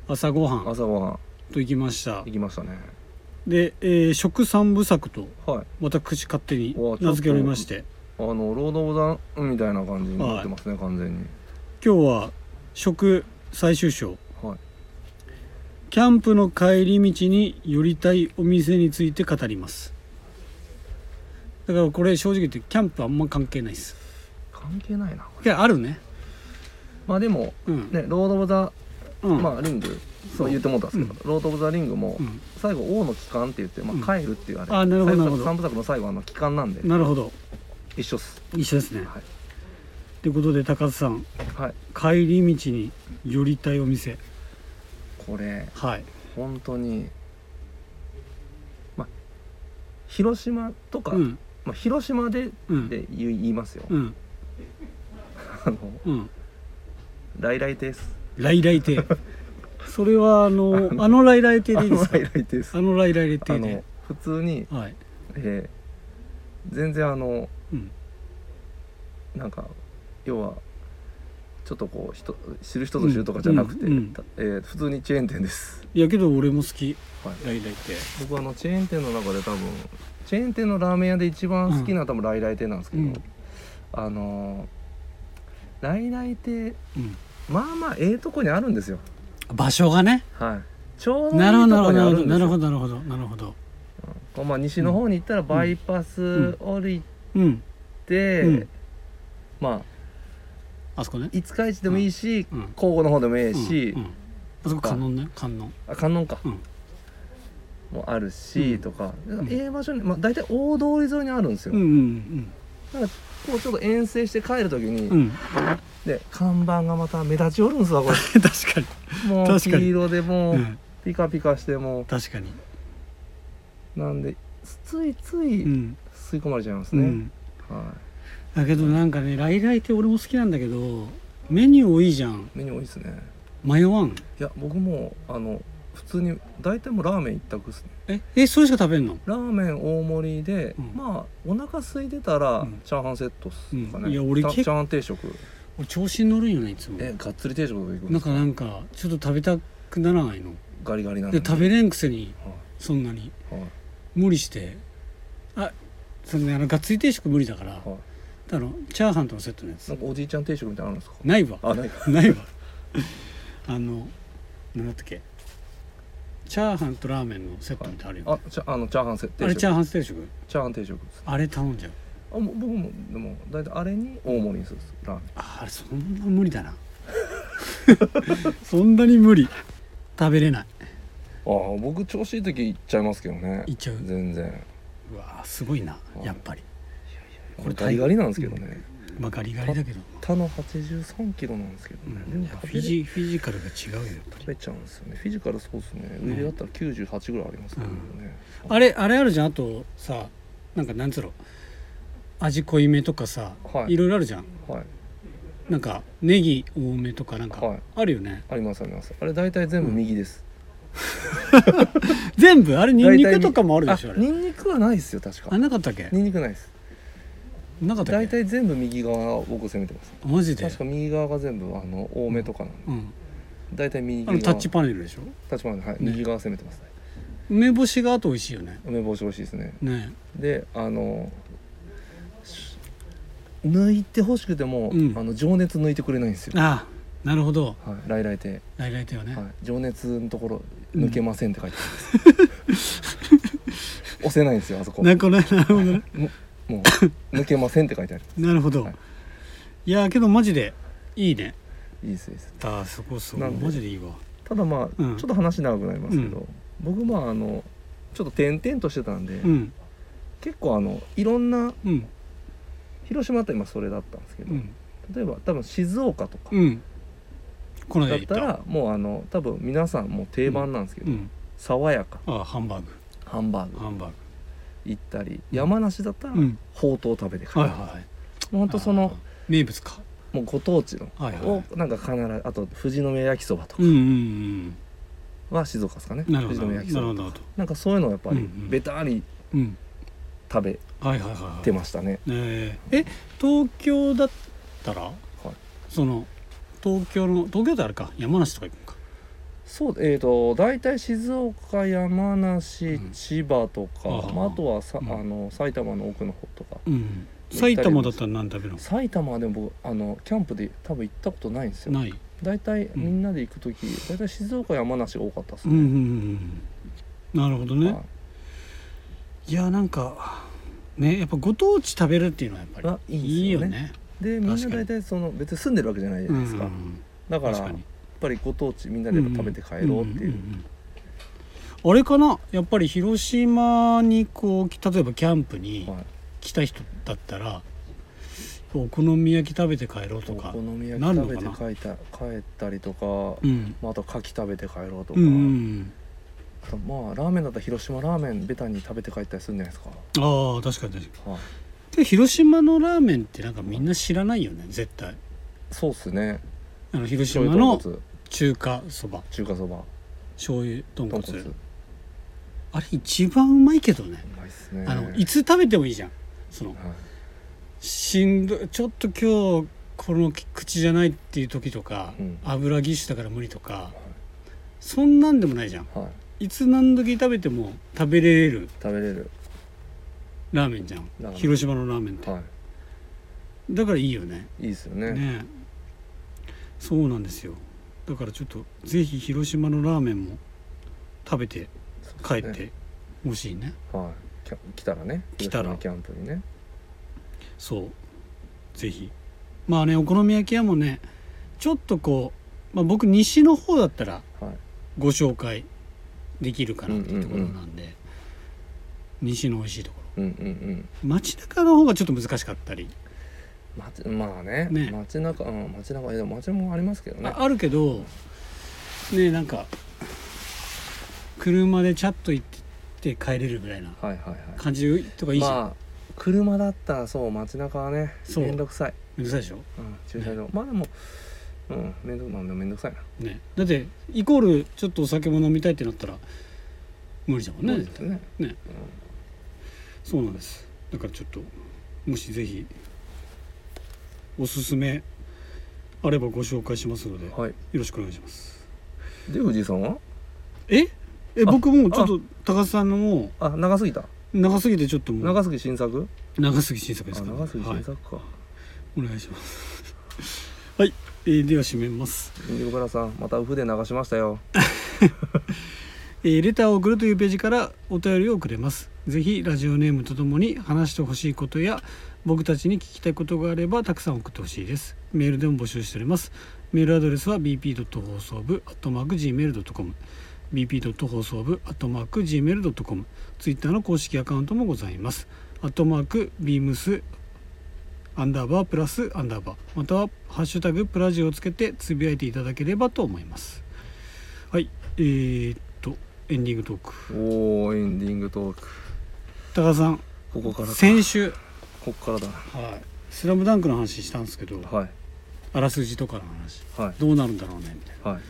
[SPEAKER 1] 朝ご
[SPEAKER 2] 飯
[SPEAKER 1] 飯
[SPEAKER 2] 朝ご飯
[SPEAKER 1] と行きました
[SPEAKER 2] 行きましたね
[SPEAKER 1] で、えー食三部作と
[SPEAKER 2] はい
[SPEAKER 1] 私勝手に
[SPEAKER 2] うわちょっと
[SPEAKER 1] 名付けられまして
[SPEAKER 2] あのロード・オブ・ザ・みたいな感じになってますね、完全に
[SPEAKER 1] 今日は食最終章
[SPEAKER 2] はい
[SPEAKER 1] キャンプの帰り道に寄りたいお店について語りますだからこれ正直言ってキャンプあんま関係ないです
[SPEAKER 2] 関係ないない
[SPEAKER 1] やあるね
[SPEAKER 2] まあでも
[SPEAKER 1] うん
[SPEAKER 2] ねロード・オブ・ザ・
[SPEAKER 1] うん、
[SPEAKER 2] まあリングそう言ってもうたんですけど、ロード・オブ・ザ・リングも
[SPEAKER 1] うん
[SPEAKER 2] 最後王の帰還って言って、まあ、帰るっていうあれ、
[SPEAKER 1] あなるほど
[SPEAKER 2] 最後
[SPEAKER 1] なるほど
[SPEAKER 2] 三部作の最後あの帰還なんで
[SPEAKER 1] なるほど
[SPEAKER 2] 一緒っす
[SPEAKER 1] 一緒ですね
[SPEAKER 2] はい
[SPEAKER 1] ということで高津さん
[SPEAKER 2] はい
[SPEAKER 1] 帰り道に寄りたいお店
[SPEAKER 2] これ
[SPEAKER 1] はい
[SPEAKER 2] 本当にまあ広島とか、
[SPEAKER 1] うん
[SPEAKER 2] まあ、広島で
[SPEAKER 1] うん
[SPEAKER 2] で言い言いますよ、
[SPEAKER 1] うん
[SPEAKER 2] あの
[SPEAKER 1] うん
[SPEAKER 2] 来来亭です
[SPEAKER 1] 来来亭それはあ
[SPEAKER 2] *laughs*
[SPEAKER 1] のあの来来亭でいいですか
[SPEAKER 2] 来来亭です
[SPEAKER 1] あの来来亭で
[SPEAKER 2] あの普通に、
[SPEAKER 1] はい
[SPEAKER 2] えー全然あの
[SPEAKER 1] うん
[SPEAKER 2] なんか要はちょっとこう人知る人ぞ知るとかじゃなくて、
[SPEAKER 1] うんうん
[SPEAKER 2] たえー普通にチェーン店です、
[SPEAKER 1] いやけど俺も好き
[SPEAKER 2] は
[SPEAKER 1] 来
[SPEAKER 2] い、
[SPEAKER 1] 来亭
[SPEAKER 2] 僕あのチェーン店の中で多分チェーン店のラーメン屋で一番好きなのは多分来来亭なんですけど、
[SPEAKER 1] うん
[SPEAKER 2] あのー来来亭
[SPEAKER 1] うん
[SPEAKER 2] まあまあええとこにあるんですよ
[SPEAKER 1] 場所がね
[SPEAKER 2] はいちょうどいい
[SPEAKER 1] なるほ
[SPEAKER 2] と
[SPEAKER 1] ど
[SPEAKER 2] こに
[SPEAKER 1] な
[SPEAKER 2] あ
[SPEAKER 1] る
[SPEAKER 2] る
[SPEAKER 1] ほど
[SPEAKER 2] ん
[SPEAKER 1] な
[SPEAKER 2] で
[SPEAKER 1] るほ
[SPEAKER 2] すよ
[SPEAKER 1] どなるほどなるほど
[SPEAKER 2] こうまあ、西の方に行ったらバイパス降り
[SPEAKER 1] うん
[SPEAKER 2] て、
[SPEAKER 1] うん
[SPEAKER 2] まあ
[SPEAKER 1] あそこね
[SPEAKER 2] 五日市でもいいし、
[SPEAKER 1] うん
[SPEAKER 2] 交互の方でもいいし、
[SPEAKER 1] うんうんあそこ観音ね観音
[SPEAKER 2] あ観音か、
[SPEAKER 1] うん
[SPEAKER 2] もあるし、
[SPEAKER 1] うん
[SPEAKER 2] とか
[SPEAKER 1] ん
[SPEAKER 2] ええ場所に、まあ、大体大通り沿いにあるんですよ、
[SPEAKER 1] うんうん
[SPEAKER 2] なんかこうちょっと遠征して帰る時に、
[SPEAKER 1] うんうん *laughs*
[SPEAKER 2] で看板がまた目立ちおるんすわこ
[SPEAKER 1] 確
[SPEAKER 2] れ
[SPEAKER 1] かに、
[SPEAKER 2] もう
[SPEAKER 1] 確かに
[SPEAKER 2] 黄色でもう
[SPEAKER 1] うん、
[SPEAKER 2] ピカピカしても
[SPEAKER 1] 確かに、
[SPEAKER 2] うなんでついつい
[SPEAKER 1] うん
[SPEAKER 2] 吸い込まれちゃいます
[SPEAKER 1] う
[SPEAKER 2] ね、
[SPEAKER 1] ん、
[SPEAKER 2] は
[SPEAKER 1] だけどなんかね来来って俺も好きなんだけどメニュー多いじゃん
[SPEAKER 2] いメニュー多いですね
[SPEAKER 1] 迷わん
[SPEAKER 2] いや僕もあの普通に大体もうラーメン一択ですね
[SPEAKER 1] ええそれしか食べんの、
[SPEAKER 2] ラーメン大盛りで、
[SPEAKER 1] うん
[SPEAKER 2] まあお腹空いてたら、
[SPEAKER 1] うん
[SPEAKER 2] チャーハンセットっすかね、
[SPEAKER 1] うんいや俺
[SPEAKER 2] チャ
[SPEAKER 1] 結構
[SPEAKER 2] チャーハン定食
[SPEAKER 1] 俺調子に乗るんよねいつも
[SPEAKER 2] えがっつり定食とか行くん
[SPEAKER 1] な
[SPEAKER 2] で
[SPEAKER 1] ん
[SPEAKER 2] すか
[SPEAKER 1] かなんかちょっと食べたくならないの
[SPEAKER 2] ガリガリなん
[SPEAKER 1] で
[SPEAKER 2] で
[SPEAKER 1] 食べれんくせに
[SPEAKER 2] は
[SPEAKER 1] そんなに
[SPEAKER 2] いはい
[SPEAKER 1] 無理してあそのねあのがっつり定食無理だから
[SPEAKER 2] はい
[SPEAKER 1] あのチャーハンとのセットのやつ
[SPEAKER 2] なんかおじいちゃん定食みたいなのあるんですか
[SPEAKER 1] ないわ
[SPEAKER 2] あないか
[SPEAKER 1] ないわ *laughs* あの何だったっけチャーハンとラーメンのセットみたいなのあるよ、ね
[SPEAKER 2] あちゃあのチャーハンセ定食
[SPEAKER 1] あれチャーハン定食
[SPEAKER 2] チャーハン定食です
[SPEAKER 1] あれ頼んじゃう
[SPEAKER 2] あもう僕もでも大体あれに大盛りにするんですラーメン
[SPEAKER 1] ああれそんな無理だな *laughs* そんなに無理食べれない
[SPEAKER 2] ああ僕調子いい時行っちゃいますけどね
[SPEAKER 1] いっちゃう
[SPEAKER 2] 全然
[SPEAKER 1] うわーすごいな
[SPEAKER 2] はい
[SPEAKER 1] やっぱり、
[SPEAKER 2] これガリガリなんですけどね、
[SPEAKER 1] まあ、ガリガリだけど、
[SPEAKER 2] 他の83キロなんですけど
[SPEAKER 1] う
[SPEAKER 2] ね、
[SPEAKER 1] ん、
[SPEAKER 2] でも
[SPEAKER 1] フ
[SPEAKER 2] 食
[SPEAKER 1] ィ
[SPEAKER 2] べれ
[SPEAKER 1] ジフィジカルが違うよやっぱ
[SPEAKER 2] 食
[SPEAKER 1] り
[SPEAKER 2] べちゃうんですよねフィジカルそうですね上でだったら98ぐらいありますけどね、
[SPEAKER 1] あれあれあるじゃんあとさなんかなんつうの味濃いめとかさ、、
[SPEAKER 2] はいい
[SPEAKER 1] ろいろあるじゃん
[SPEAKER 2] はい
[SPEAKER 1] なんかネギ多めとかなんか、
[SPEAKER 2] はい
[SPEAKER 1] あるよね
[SPEAKER 2] ありますありますあれ大体全部右です、
[SPEAKER 1] 全部あれニンニク
[SPEAKER 2] 大体
[SPEAKER 1] とかもあるでしょあれ
[SPEAKER 2] ニンニクはないですよ確
[SPEAKER 1] あ
[SPEAKER 2] か
[SPEAKER 1] なかったっけ
[SPEAKER 2] ニンニクないです
[SPEAKER 1] なかったっ
[SPEAKER 2] 大
[SPEAKER 1] け
[SPEAKER 2] 体全部右側を僕攻めてます
[SPEAKER 1] マジで
[SPEAKER 2] 確か右側が全部あの多めとかなん
[SPEAKER 1] う
[SPEAKER 2] で
[SPEAKER 1] ん、
[SPEAKER 2] 大体右
[SPEAKER 1] あ
[SPEAKER 2] 側
[SPEAKER 1] のタッチパネルでしょ
[SPEAKER 2] タッチパネルはい、右側攻めてますね
[SPEAKER 1] 梅干しがあと美味しいよね
[SPEAKER 2] 梅干し美味しいですね
[SPEAKER 1] ね
[SPEAKER 2] であのし抜いて欲しくても、
[SPEAKER 1] うん
[SPEAKER 2] あの情熱抜いてくれないんですよ、
[SPEAKER 1] ああなるほど
[SPEAKER 2] はい、来来亭、
[SPEAKER 1] 来来亭はね、
[SPEAKER 2] はい、情熱のところ抜けませんって書いてあるんです、押せないんですよあそこ
[SPEAKER 1] なこれなるほどね
[SPEAKER 2] もう抜けませんって書いてある
[SPEAKER 1] なるほど、
[SPEAKER 2] はいい、
[SPEAKER 1] やーけどマジでいいね
[SPEAKER 2] いいですいいです
[SPEAKER 1] あーそこそこ
[SPEAKER 2] なんで
[SPEAKER 1] マジでいいわ
[SPEAKER 2] ただまあ、
[SPEAKER 1] うん
[SPEAKER 2] ちょっと話長くなりますけど、
[SPEAKER 1] う
[SPEAKER 2] 僕まああのちょっと点々としてたんで、
[SPEAKER 1] うん
[SPEAKER 2] 結構あのいろんな
[SPEAKER 1] うん
[SPEAKER 2] 広島だったら今それだったんですけど、
[SPEAKER 1] うん
[SPEAKER 2] 例えば多分静岡とか
[SPEAKER 1] うんこの
[SPEAKER 2] だ
[SPEAKER 1] 間言
[SPEAKER 2] っ
[SPEAKER 1] ったた
[SPEAKER 2] らもうあの多分皆さんもう定番なんですけど、
[SPEAKER 1] うん
[SPEAKER 2] 爽やか
[SPEAKER 1] あーハンバーグ
[SPEAKER 2] ハンバーグ
[SPEAKER 1] ハンバー
[SPEAKER 2] 行ったり、山梨だったら、
[SPEAKER 1] グうん
[SPEAKER 2] ほうとう食べて帰る、
[SPEAKER 1] はいはいはい
[SPEAKER 2] もうほんとそ
[SPEAKER 1] あー
[SPEAKER 2] の
[SPEAKER 1] 名物か
[SPEAKER 2] もうご当地の、
[SPEAKER 1] はいはい
[SPEAKER 2] をなんか必ずあと富士宮焼きそばとか
[SPEAKER 1] うんうん
[SPEAKER 2] は静岡ですかね、
[SPEAKER 1] うんなるほ
[SPEAKER 2] 富士
[SPEAKER 1] ど
[SPEAKER 2] 宮
[SPEAKER 1] な
[SPEAKER 2] 焼
[SPEAKER 1] る
[SPEAKER 2] きそば
[SPEAKER 1] ほどなるほ
[SPEAKER 2] とか
[SPEAKER 1] ど
[SPEAKER 2] なんかそういうのをやっぱり、
[SPEAKER 1] うんうん
[SPEAKER 2] ベターに
[SPEAKER 1] うん
[SPEAKER 2] 食べ
[SPEAKER 1] はいはいはいはい
[SPEAKER 2] てましたね、
[SPEAKER 1] えーえ東京だったら、その東京の東京であれか山梨とか行くのか
[SPEAKER 2] そうえー、と大体静岡山梨、
[SPEAKER 1] うん
[SPEAKER 2] 千葉とか
[SPEAKER 1] あー
[SPEAKER 2] あ,、まあ、あとはさ、
[SPEAKER 1] うん
[SPEAKER 2] あの埼玉の奥の方とか
[SPEAKER 1] うん埼玉だったら何食べる
[SPEAKER 2] 埼玉はでも僕あのキャンプで多分行ったことないんですよ
[SPEAKER 1] のない
[SPEAKER 2] 大体
[SPEAKER 1] ん
[SPEAKER 2] みんなで行く時、大体静岡山梨が多かったです
[SPEAKER 1] うんうん
[SPEAKER 2] ね、
[SPEAKER 1] うんうんなるほどね、、
[SPEAKER 2] はい
[SPEAKER 1] やなんかねやっぱご当地食べるっていうのはやっぱ
[SPEAKER 2] は
[SPEAKER 1] り
[SPEAKER 2] いいですよね
[SPEAKER 1] いいよね
[SPEAKER 2] でみん
[SPEAKER 1] 確
[SPEAKER 2] な
[SPEAKER 1] かに
[SPEAKER 2] 大体その別に住んでるわけじゃないじゃないですか、
[SPEAKER 1] うんうんうん
[SPEAKER 2] だから
[SPEAKER 1] 確
[SPEAKER 2] や
[SPEAKER 1] か
[SPEAKER 2] っ
[SPEAKER 1] に
[SPEAKER 2] ぱりご当地みんなでやっぱ食べて帰ろうっていう,、
[SPEAKER 1] んんんうんあれかなやっぱり広島にこうき例えばキャンプに
[SPEAKER 2] はい
[SPEAKER 1] 来た人だったら、お好み焼き食べて帰ろうと
[SPEAKER 2] お
[SPEAKER 1] か
[SPEAKER 2] 好み焼
[SPEAKER 1] な
[SPEAKER 2] き
[SPEAKER 1] るの
[SPEAKER 2] 食
[SPEAKER 1] かな
[SPEAKER 2] べて帰った帰ったりとか、
[SPEAKER 1] うん
[SPEAKER 2] まあ、あと牡蠣食べて帰ろうとか、
[SPEAKER 1] うんうん
[SPEAKER 2] あとまあラーメンだったら広島ラーメンベタに食べて帰ったりするんじゃないです
[SPEAKER 1] うんああ確かに確か
[SPEAKER 2] か、はい、
[SPEAKER 1] にで広島のラーメンってなんかみんな知らないよね絶対
[SPEAKER 2] そうっすね
[SPEAKER 1] あの広
[SPEAKER 2] 醤
[SPEAKER 1] 島
[SPEAKER 2] 油豚
[SPEAKER 1] の
[SPEAKER 2] 骨
[SPEAKER 1] 中華そば
[SPEAKER 2] 中華そば
[SPEAKER 1] 醤油豚
[SPEAKER 2] 豚
[SPEAKER 1] 骨
[SPEAKER 2] 骨う
[SPEAKER 1] あれ一番うまいけどね
[SPEAKER 2] まいっすね
[SPEAKER 1] あのいつ食べてもいいじゃんその
[SPEAKER 2] はい
[SPEAKER 1] しんどいちょっと今日この口じゃないっていう時とか、
[SPEAKER 2] うん
[SPEAKER 1] 油ぎっしゅだから無理とか、そんなんでもないじゃん
[SPEAKER 2] はい、
[SPEAKER 1] いつ何時食べても食べれる
[SPEAKER 2] 食べれる
[SPEAKER 1] ラーメンじゃん
[SPEAKER 2] ラーメン
[SPEAKER 1] 広島のラーメンって、
[SPEAKER 2] は
[SPEAKER 1] だからいいよね
[SPEAKER 2] いいいっすよね
[SPEAKER 1] ねえそうなんですよだからちょっとぜひ広島のラーメンも食べて帰ってほしいね
[SPEAKER 2] はいきゃ来たらね
[SPEAKER 1] 来たら
[SPEAKER 2] 広島キャンプにね
[SPEAKER 1] そうぜひまあねお好み焼き屋もねちょっとこう、まあ、僕西の方だったら
[SPEAKER 2] はい
[SPEAKER 1] ご紹介できるかなっていうところなんで、西の美味しいとこ
[SPEAKER 2] うんうんうん
[SPEAKER 1] ろ街中の方がちょっと難しかったり
[SPEAKER 2] 街まあね
[SPEAKER 1] ね
[SPEAKER 2] 街中うん街中えでも街もありますけどね
[SPEAKER 1] ああるけどねなんか車でチャッと行って帰れるぐらいな
[SPEAKER 2] はいはいはい
[SPEAKER 1] 感じとかいいじゃん、
[SPEAKER 2] まあ車だったらそう街中はね
[SPEAKER 1] そう
[SPEAKER 2] めんどくさい、
[SPEAKER 1] めんどくさいでしょ、
[SPEAKER 2] うん、駐車場、まあでもうんめんど,、まあ、でもめんどくさいな
[SPEAKER 1] ね、だってイコールちょっとお酒も飲みたいってなったら無理だもん
[SPEAKER 2] そ
[SPEAKER 1] ね
[SPEAKER 2] うですよね
[SPEAKER 1] ねそうなんですだからちょっともしぜひおすすめあればご紹介しますので、
[SPEAKER 2] うん
[SPEAKER 1] よ
[SPEAKER 2] はい
[SPEAKER 1] ろしくお願いします
[SPEAKER 2] で藤井さんは
[SPEAKER 1] ええ
[SPEAKER 2] あ
[SPEAKER 1] 僕もうちょっと高須さんのも
[SPEAKER 2] あ長すぎた
[SPEAKER 1] う長すぎてちょっともう
[SPEAKER 2] 長すぎ新作
[SPEAKER 1] 長すぎ新作です
[SPEAKER 2] あ
[SPEAKER 1] から、
[SPEAKER 2] 長すぎ
[SPEAKER 1] は
[SPEAKER 2] 新
[SPEAKER 1] い、
[SPEAKER 2] 作か、
[SPEAKER 1] お願いしますはい、えーでは締めます
[SPEAKER 2] インディゴラさんまたウフで流しましたよ
[SPEAKER 1] えーレターを送るというページからお便りをくれます。ぜひラジオネームとともに話してほしいことや僕たちに聞きたいことがあればたくさん送ってほしいです。メールでも募集しております。メールアドレスは bp. 放送部 .gmail.com bp. 放送部 .gmail.com ツイッターの公式アカウントもございます。アットマークビームスアンダーバープラスアンダーバーまたはハッシュタグプラジオをつけてつぶやいていただければと思います。はい、えー、っとエンディングトーク
[SPEAKER 2] おーエンディングトーク
[SPEAKER 1] 高田さん
[SPEAKER 2] ここからか
[SPEAKER 1] 先週
[SPEAKER 2] ここからだ
[SPEAKER 1] はい「スラムダンクの話したんですけど
[SPEAKER 2] はい
[SPEAKER 1] あらすじとかの話
[SPEAKER 2] はい
[SPEAKER 1] どうなるんだろうねみたいな
[SPEAKER 2] はい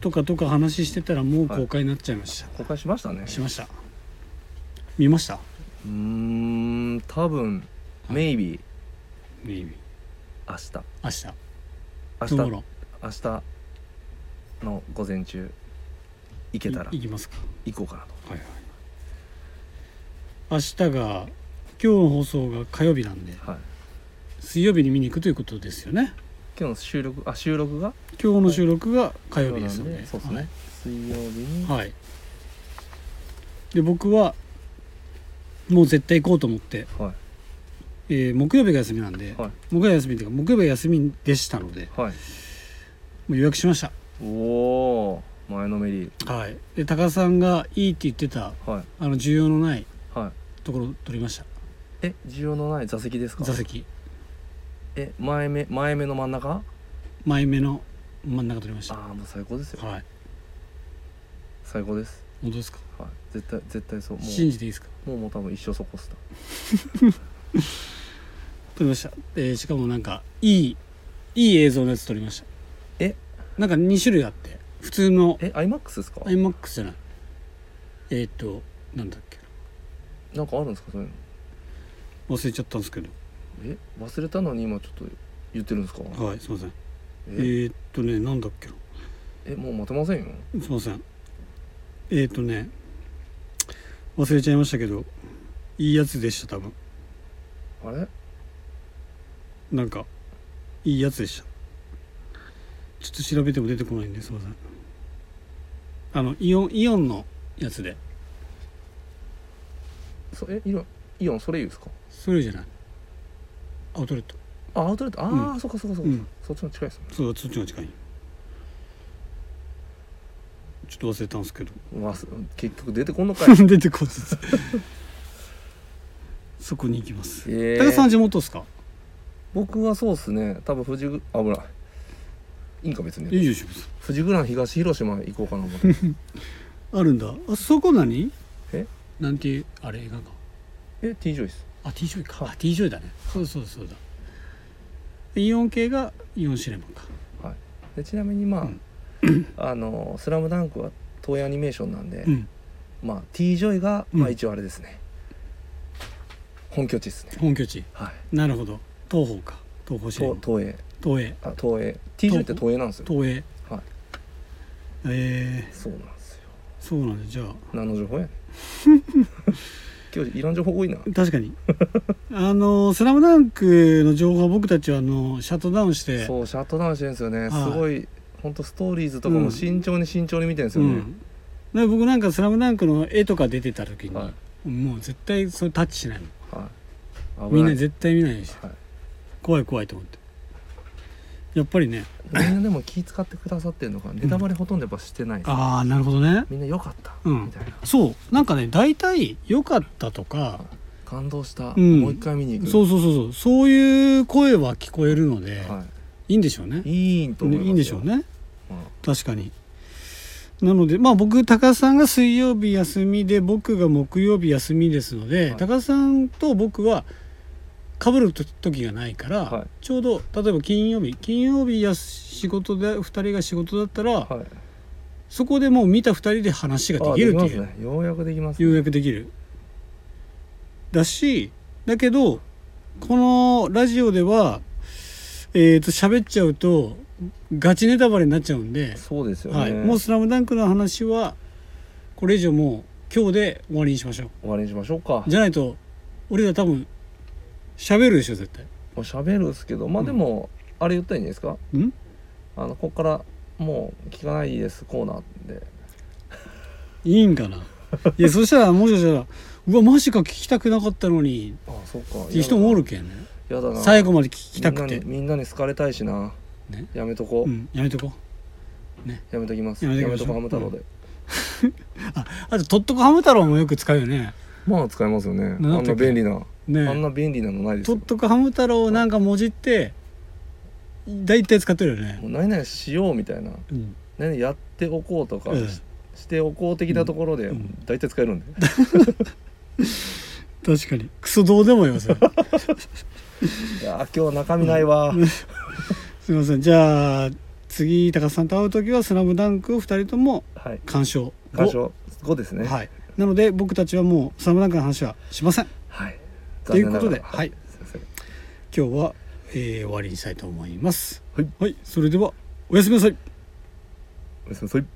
[SPEAKER 1] とかとか話してたらもう公開になっちゃいました、
[SPEAKER 2] 公開しましたね
[SPEAKER 1] しました見ました
[SPEAKER 2] うーん多分 maybe
[SPEAKER 1] ねえ
[SPEAKER 2] 明日
[SPEAKER 1] 明日
[SPEAKER 2] 明
[SPEAKER 1] ト
[SPEAKER 2] 日
[SPEAKER 1] ゥモロ
[SPEAKER 2] 明日の午前中行けたら
[SPEAKER 1] い行きますか
[SPEAKER 2] 行こうかなと
[SPEAKER 1] はいはい明日が今日の放送が火曜日なんで
[SPEAKER 2] はい
[SPEAKER 1] 水曜日に見に行くということですよね
[SPEAKER 2] 今日の収録あ収録が
[SPEAKER 1] 今日の収録が火曜日です
[SPEAKER 2] そ
[SPEAKER 1] の
[SPEAKER 2] う
[SPEAKER 1] で、
[SPEAKER 2] なんそうですね、
[SPEAKER 1] はい
[SPEAKER 2] 水曜日に
[SPEAKER 1] はいで僕はもう絶対行こうと思って、
[SPEAKER 2] は
[SPEAKER 1] えー木曜日が休みなんで、
[SPEAKER 2] はい
[SPEAKER 1] 木曜日休みというか木曜日が休みでしたので
[SPEAKER 2] いはい
[SPEAKER 1] もう予約しました
[SPEAKER 2] おおー前のめり
[SPEAKER 1] はいで高田さんがいいって言ってた
[SPEAKER 2] はい
[SPEAKER 1] あの需要のない
[SPEAKER 2] はい
[SPEAKER 1] ところを取りました
[SPEAKER 2] え需要のない座席ですか
[SPEAKER 1] 座席
[SPEAKER 2] え前目前目の真ん中
[SPEAKER 1] 前目の真ん中取りまし
[SPEAKER 2] ああ
[SPEAKER 1] た
[SPEAKER 2] もう最高ですよ
[SPEAKER 1] はい
[SPEAKER 2] 最高です
[SPEAKER 1] 本当ですか
[SPEAKER 2] はい絶対絶対そうも
[SPEAKER 1] 信じていいですか
[SPEAKER 2] うもうもう多分一生そこっすた
[SPEAKER 1] 撮りました、えーしかもなんかいいいい映像のやつ撮りました
[SPEAKER 2] え
[SPEAKER 1] なんか2種類あって普通の
[SPEAKER 2] え iMAX ですか
[SPEAKER 1] iMAX じゃないえーっ、となんだっけ
[SPEAKER 2] なんかあるんですかそういうの
[SPEAKER 1] 忘れちゃったんですけど
[SPEAKER 2] え忘れたのに今ちょっと言ってるんですか
[SPEAKER 1] はいすいませんえ
[SPEAKER 2] え
[SPEAKER 1] ーっとねなんだっけな
[SPEAKER 2] えもう待てませんよ
[SPEAKER 1] すいませんえーっとね忘れちゃいましたけどいいやつでした多分
[SPEAKER 2] あれ
[SPEAKER 1] なんかいいやつでしたちょっと調べても出てこないんですいませんあのイオンイオンのやつで
[SPEAKER 2] そえイオンイオンソレイユですか
[SPEAKER 1] それじゃないアウトレット
[SPEAKER 2] あアウトレットああ、
[SPEAKER 1] う
[SPEAKER 2] そっかそっかそっか、
[SPEAKER 1] うん
[SPEAKER 2] そっちの近いです
[SPEAKER 1] そうそっちの近いちょっと忘れたんですけど
[SPEAKER 2] もんわす結局出てこんのか
[SPEAKER 1] *laughs*
[SPEAKER 2] い
[SPEAKER 1] 出てこずそこに行きます
[SPEAKER 2] え
[SPEAKER 1] 高田さんは
[SPEAKER 2] ー、
[SPEAKER 1] 地元ですか
[SPEAKER 2] 僕はそうっすね多分富士ぐあ危ないいいんか別
[SPEAKER 1] い
[SPEAKER 2] に
[SPEAKER 1] いでしょ別に
[SPEAKER 2] 富士グラン東広島行こうかな思って
[SPEAKER 1] *laughs* あるんだあそこ何
[SPEAKER 2] え
[SPEAKER 1] なんていうあれ映画か
[SPEAKER 2] え T ジョイス
[SPEAKER 1] あ T ジョイかあ T ジョイだねそうそうそうだイオン系がイオンシネマか
[SPEAKER 2] でちなみにまあ、
[SPEAKER 1] うん
[SPEAKER 2] あの「スラムダンクは東映アニメーションなんで、
[SPEAKER 1] うん
[SPEAKER 2] まあ T ジョイが、
[SPEAKER 1] うん
[SPEAKER 2] まあ一応あれですね本拠地ですね
[SPEAKER 1] 本拠地
[SPEAKER 2] はい
[SPEAKER 1] なるほど東宝か東宝シネ
[SPEAKER 2] 東
[SPEAKER 1] マ
[SPEAKER 2] 東映
[SPEAKER 1] 東映
[SPEAKER 2] あ東映 T ジョイって東映なんですよ
[SPEAKER 1] 東映
[SPEAKER 2] はい
[SPEAKER 1] えー、
[SPEAKER 2] そうなんですよ
[SPEAKER 1] そうなんだじゃあ
[SPEAKER 2] 何の情報やねん
[SPEAKER 1] *laughs*
[SPEAKER 2] 今日いらん情報多いな
[SPEAKER 1] 確 *laughs* かにあの「スラムダンクの情報は僕たちはあのシャットダウンして
[SPEAKER 2] そうシャットダウンしてるんですよね、
[SPEAKER 1] い
[SPEAKER 2] すごい本当ストーリーズとか
[SPEAKER 1] う
[SPEAKER 2] も
[SPEAKER 1] ん
[SPEAKER 2] 慎重に慎重に見てるんです
[SPEAKER 1] う
[SPEAKER 2] よね、
[SPEAKER 1] ん、で僕なんか「スラムダンクの絵とか出てた時に、
[SPEAKER 2] は
[SPEAKER 1] もう絶対それタッチしないの
[SPEAKER 2] はい、
[SPEAKER 1] みんな
[SPEAKER 2] 危い
[SPEAKER 1] 絶対見ないし、
[SPEAKER 2] はい
[SPEAKER 1] 怖い怖いと思ってやっぱりね
[SPEAKER 2] みんなでも気使ってくださってるのかネタバレほとんどやっぱしてない、
[SPEAKER 1] ああなるほどね
[SPEAKER 2] みんな良かった、
[SPEAKER 1] うん
[SPEAKER 2] みたいな
[SPEAKER 1] そうなんかね大体良かったとか
[SPEAKER 2] 感動した、
[SPEAKER 1] うん
[SPEAKER 2] もう一回見に行く
[SPEAKER 1] そうそうそうそうそういう声は聞こえるので、、
[SPEAKER 2] はい
[SPEAKER 1] いんでしょうね
[SPEAKER 2] い、いいと思いますよ
[SPEAKER 1] いいんでしょう、ね
[SPEAKER 2] うん
[SPEAKER 1] 確かになのでまあ僕高須さんが水曜日休みで僕が木曜日休みですので、
[SPEAKER 2] はい
[SPEAKER 1] 高須さんと僕は被ると時がないから、
[SPEAKER 2] はい
[SPEAKER 1] ちょうど例えば金曜日金曜日やす仕事で2人が仕事だったら、
[SPEAKER 2] はい、
[SPEAKER 1] そこでもう見た2人で話ができるっ
[SPEAKER 2] あ
[SPEAKER 1] て
[SPEAKER 2] でき
[SPEAKER 1] いう、
[SPEAKER 2] ますねようやくできますね
[SPEAKER 1] ようやくできるだしだけどこのラジオではえっ、と喋っちゃうとガチネタバレになっちゃうんで、
[SPEAKER 2] そうですよね、
[SPEAKER 1] はい、もう「スラムダンクの話はこれ以上もう今日で終わりにしましょ
[SPEAKER 2] 終わりにしましょうか
[SPEAKER 1] うじゃないと俺ら多分喋るでしょ絶対
[SPEAKER 2] もう喋るんですけどまあでも、あれ言ったらいいんですか
[SPEAKER 1] ん
[SPEAKER 2] あのここからもう聞かないですコーナーで
[SPEAKER 1] いいんかないやそしたらもしかしたら「うわマジか聞きたくなかったのに」
[SPEAKER 2] あそっか
[SPEAKER 1] っていう人もおるけんね
[SPEAKER 2] やだな
[SPEAKER 1] 最後まで聞きたく
[SPEAKER 2] みん
[SPEAKER 1] て
[SPEAKER 2] なにみんなに好かれたいしな、
[SPEAKER 1] ね
[SPEAKER 2] やめとこう、
[SPEAKER 1] うんやめとこう
[SPEAKER 2] やめときます
[SPEAKER 1] や
[SPEAKER 2] や
[SPEAKER 1] め
[SPEAKER 2] め
[SPEAKER 1] ときましょ
[SPEAKER 2] と
[SPEAKER 1] う
[SPEAKER 2] こハム太郎で、
[SPEAKER 1] あと「とっとこハム太郎」もよく使うよね
[SPEAKER 2] まあ使えますよねあん
[SPEAKER 1] だ
[SPEAKER 2] な
[SPEAKER 1] っけ
[SPEAKER 2] 便利な、あん
[SPEAKER 1] ね
[SPEAKER 2] な便利なのないです
[SPEAKER 1] と
[SPEAKER 2] よ
[SPEAKER 1] っとこハム太郎をなんかもじって大体使ってるよね
[SPEAKER 2] もう何々しようみたいな
[SPEAKER 1] うん
[SPEAKER 2] 何々やっておこうとか、
[SPEAKER 1] うん
[SPEAKER 2] ししておこう的なところで、
[SPEAKER 1] うん
[SPEAKER 2] 大体使えるんで、
[SPEAKER 1] 確かにクソどうでもよそ
[SPEAKER 2] *laughs*
[SPEAKER 1] れ
[SPEAKER 2] いやー今日は中身ないわ、
[SPEAKER 1] すいませんじゃあ次高須さんと会う時は「スラムダンクを2人とも
[SPEAKER 2] はい
[SPEAKER 1] 鑑賞
[SPEAKER 2] 鑑賞5ですね
[SPEAKER 1] はいなので僕たちはもう「スラムダンクの話はしません
[SPEAKER 2] はい。
[SPEAKER 1] ということで
[SPEAKER 2] 残念ながら
[SPEAKER 1] はい
[SPEAKER 2] すいません
[SPEAKER 1] 今日は、えー終わりにしたいと思います
[SPEAKER 2] はい、
[SPEAKER 1] はい、それではおやすみなさい
[SPEAKER 2] おやすみなさい。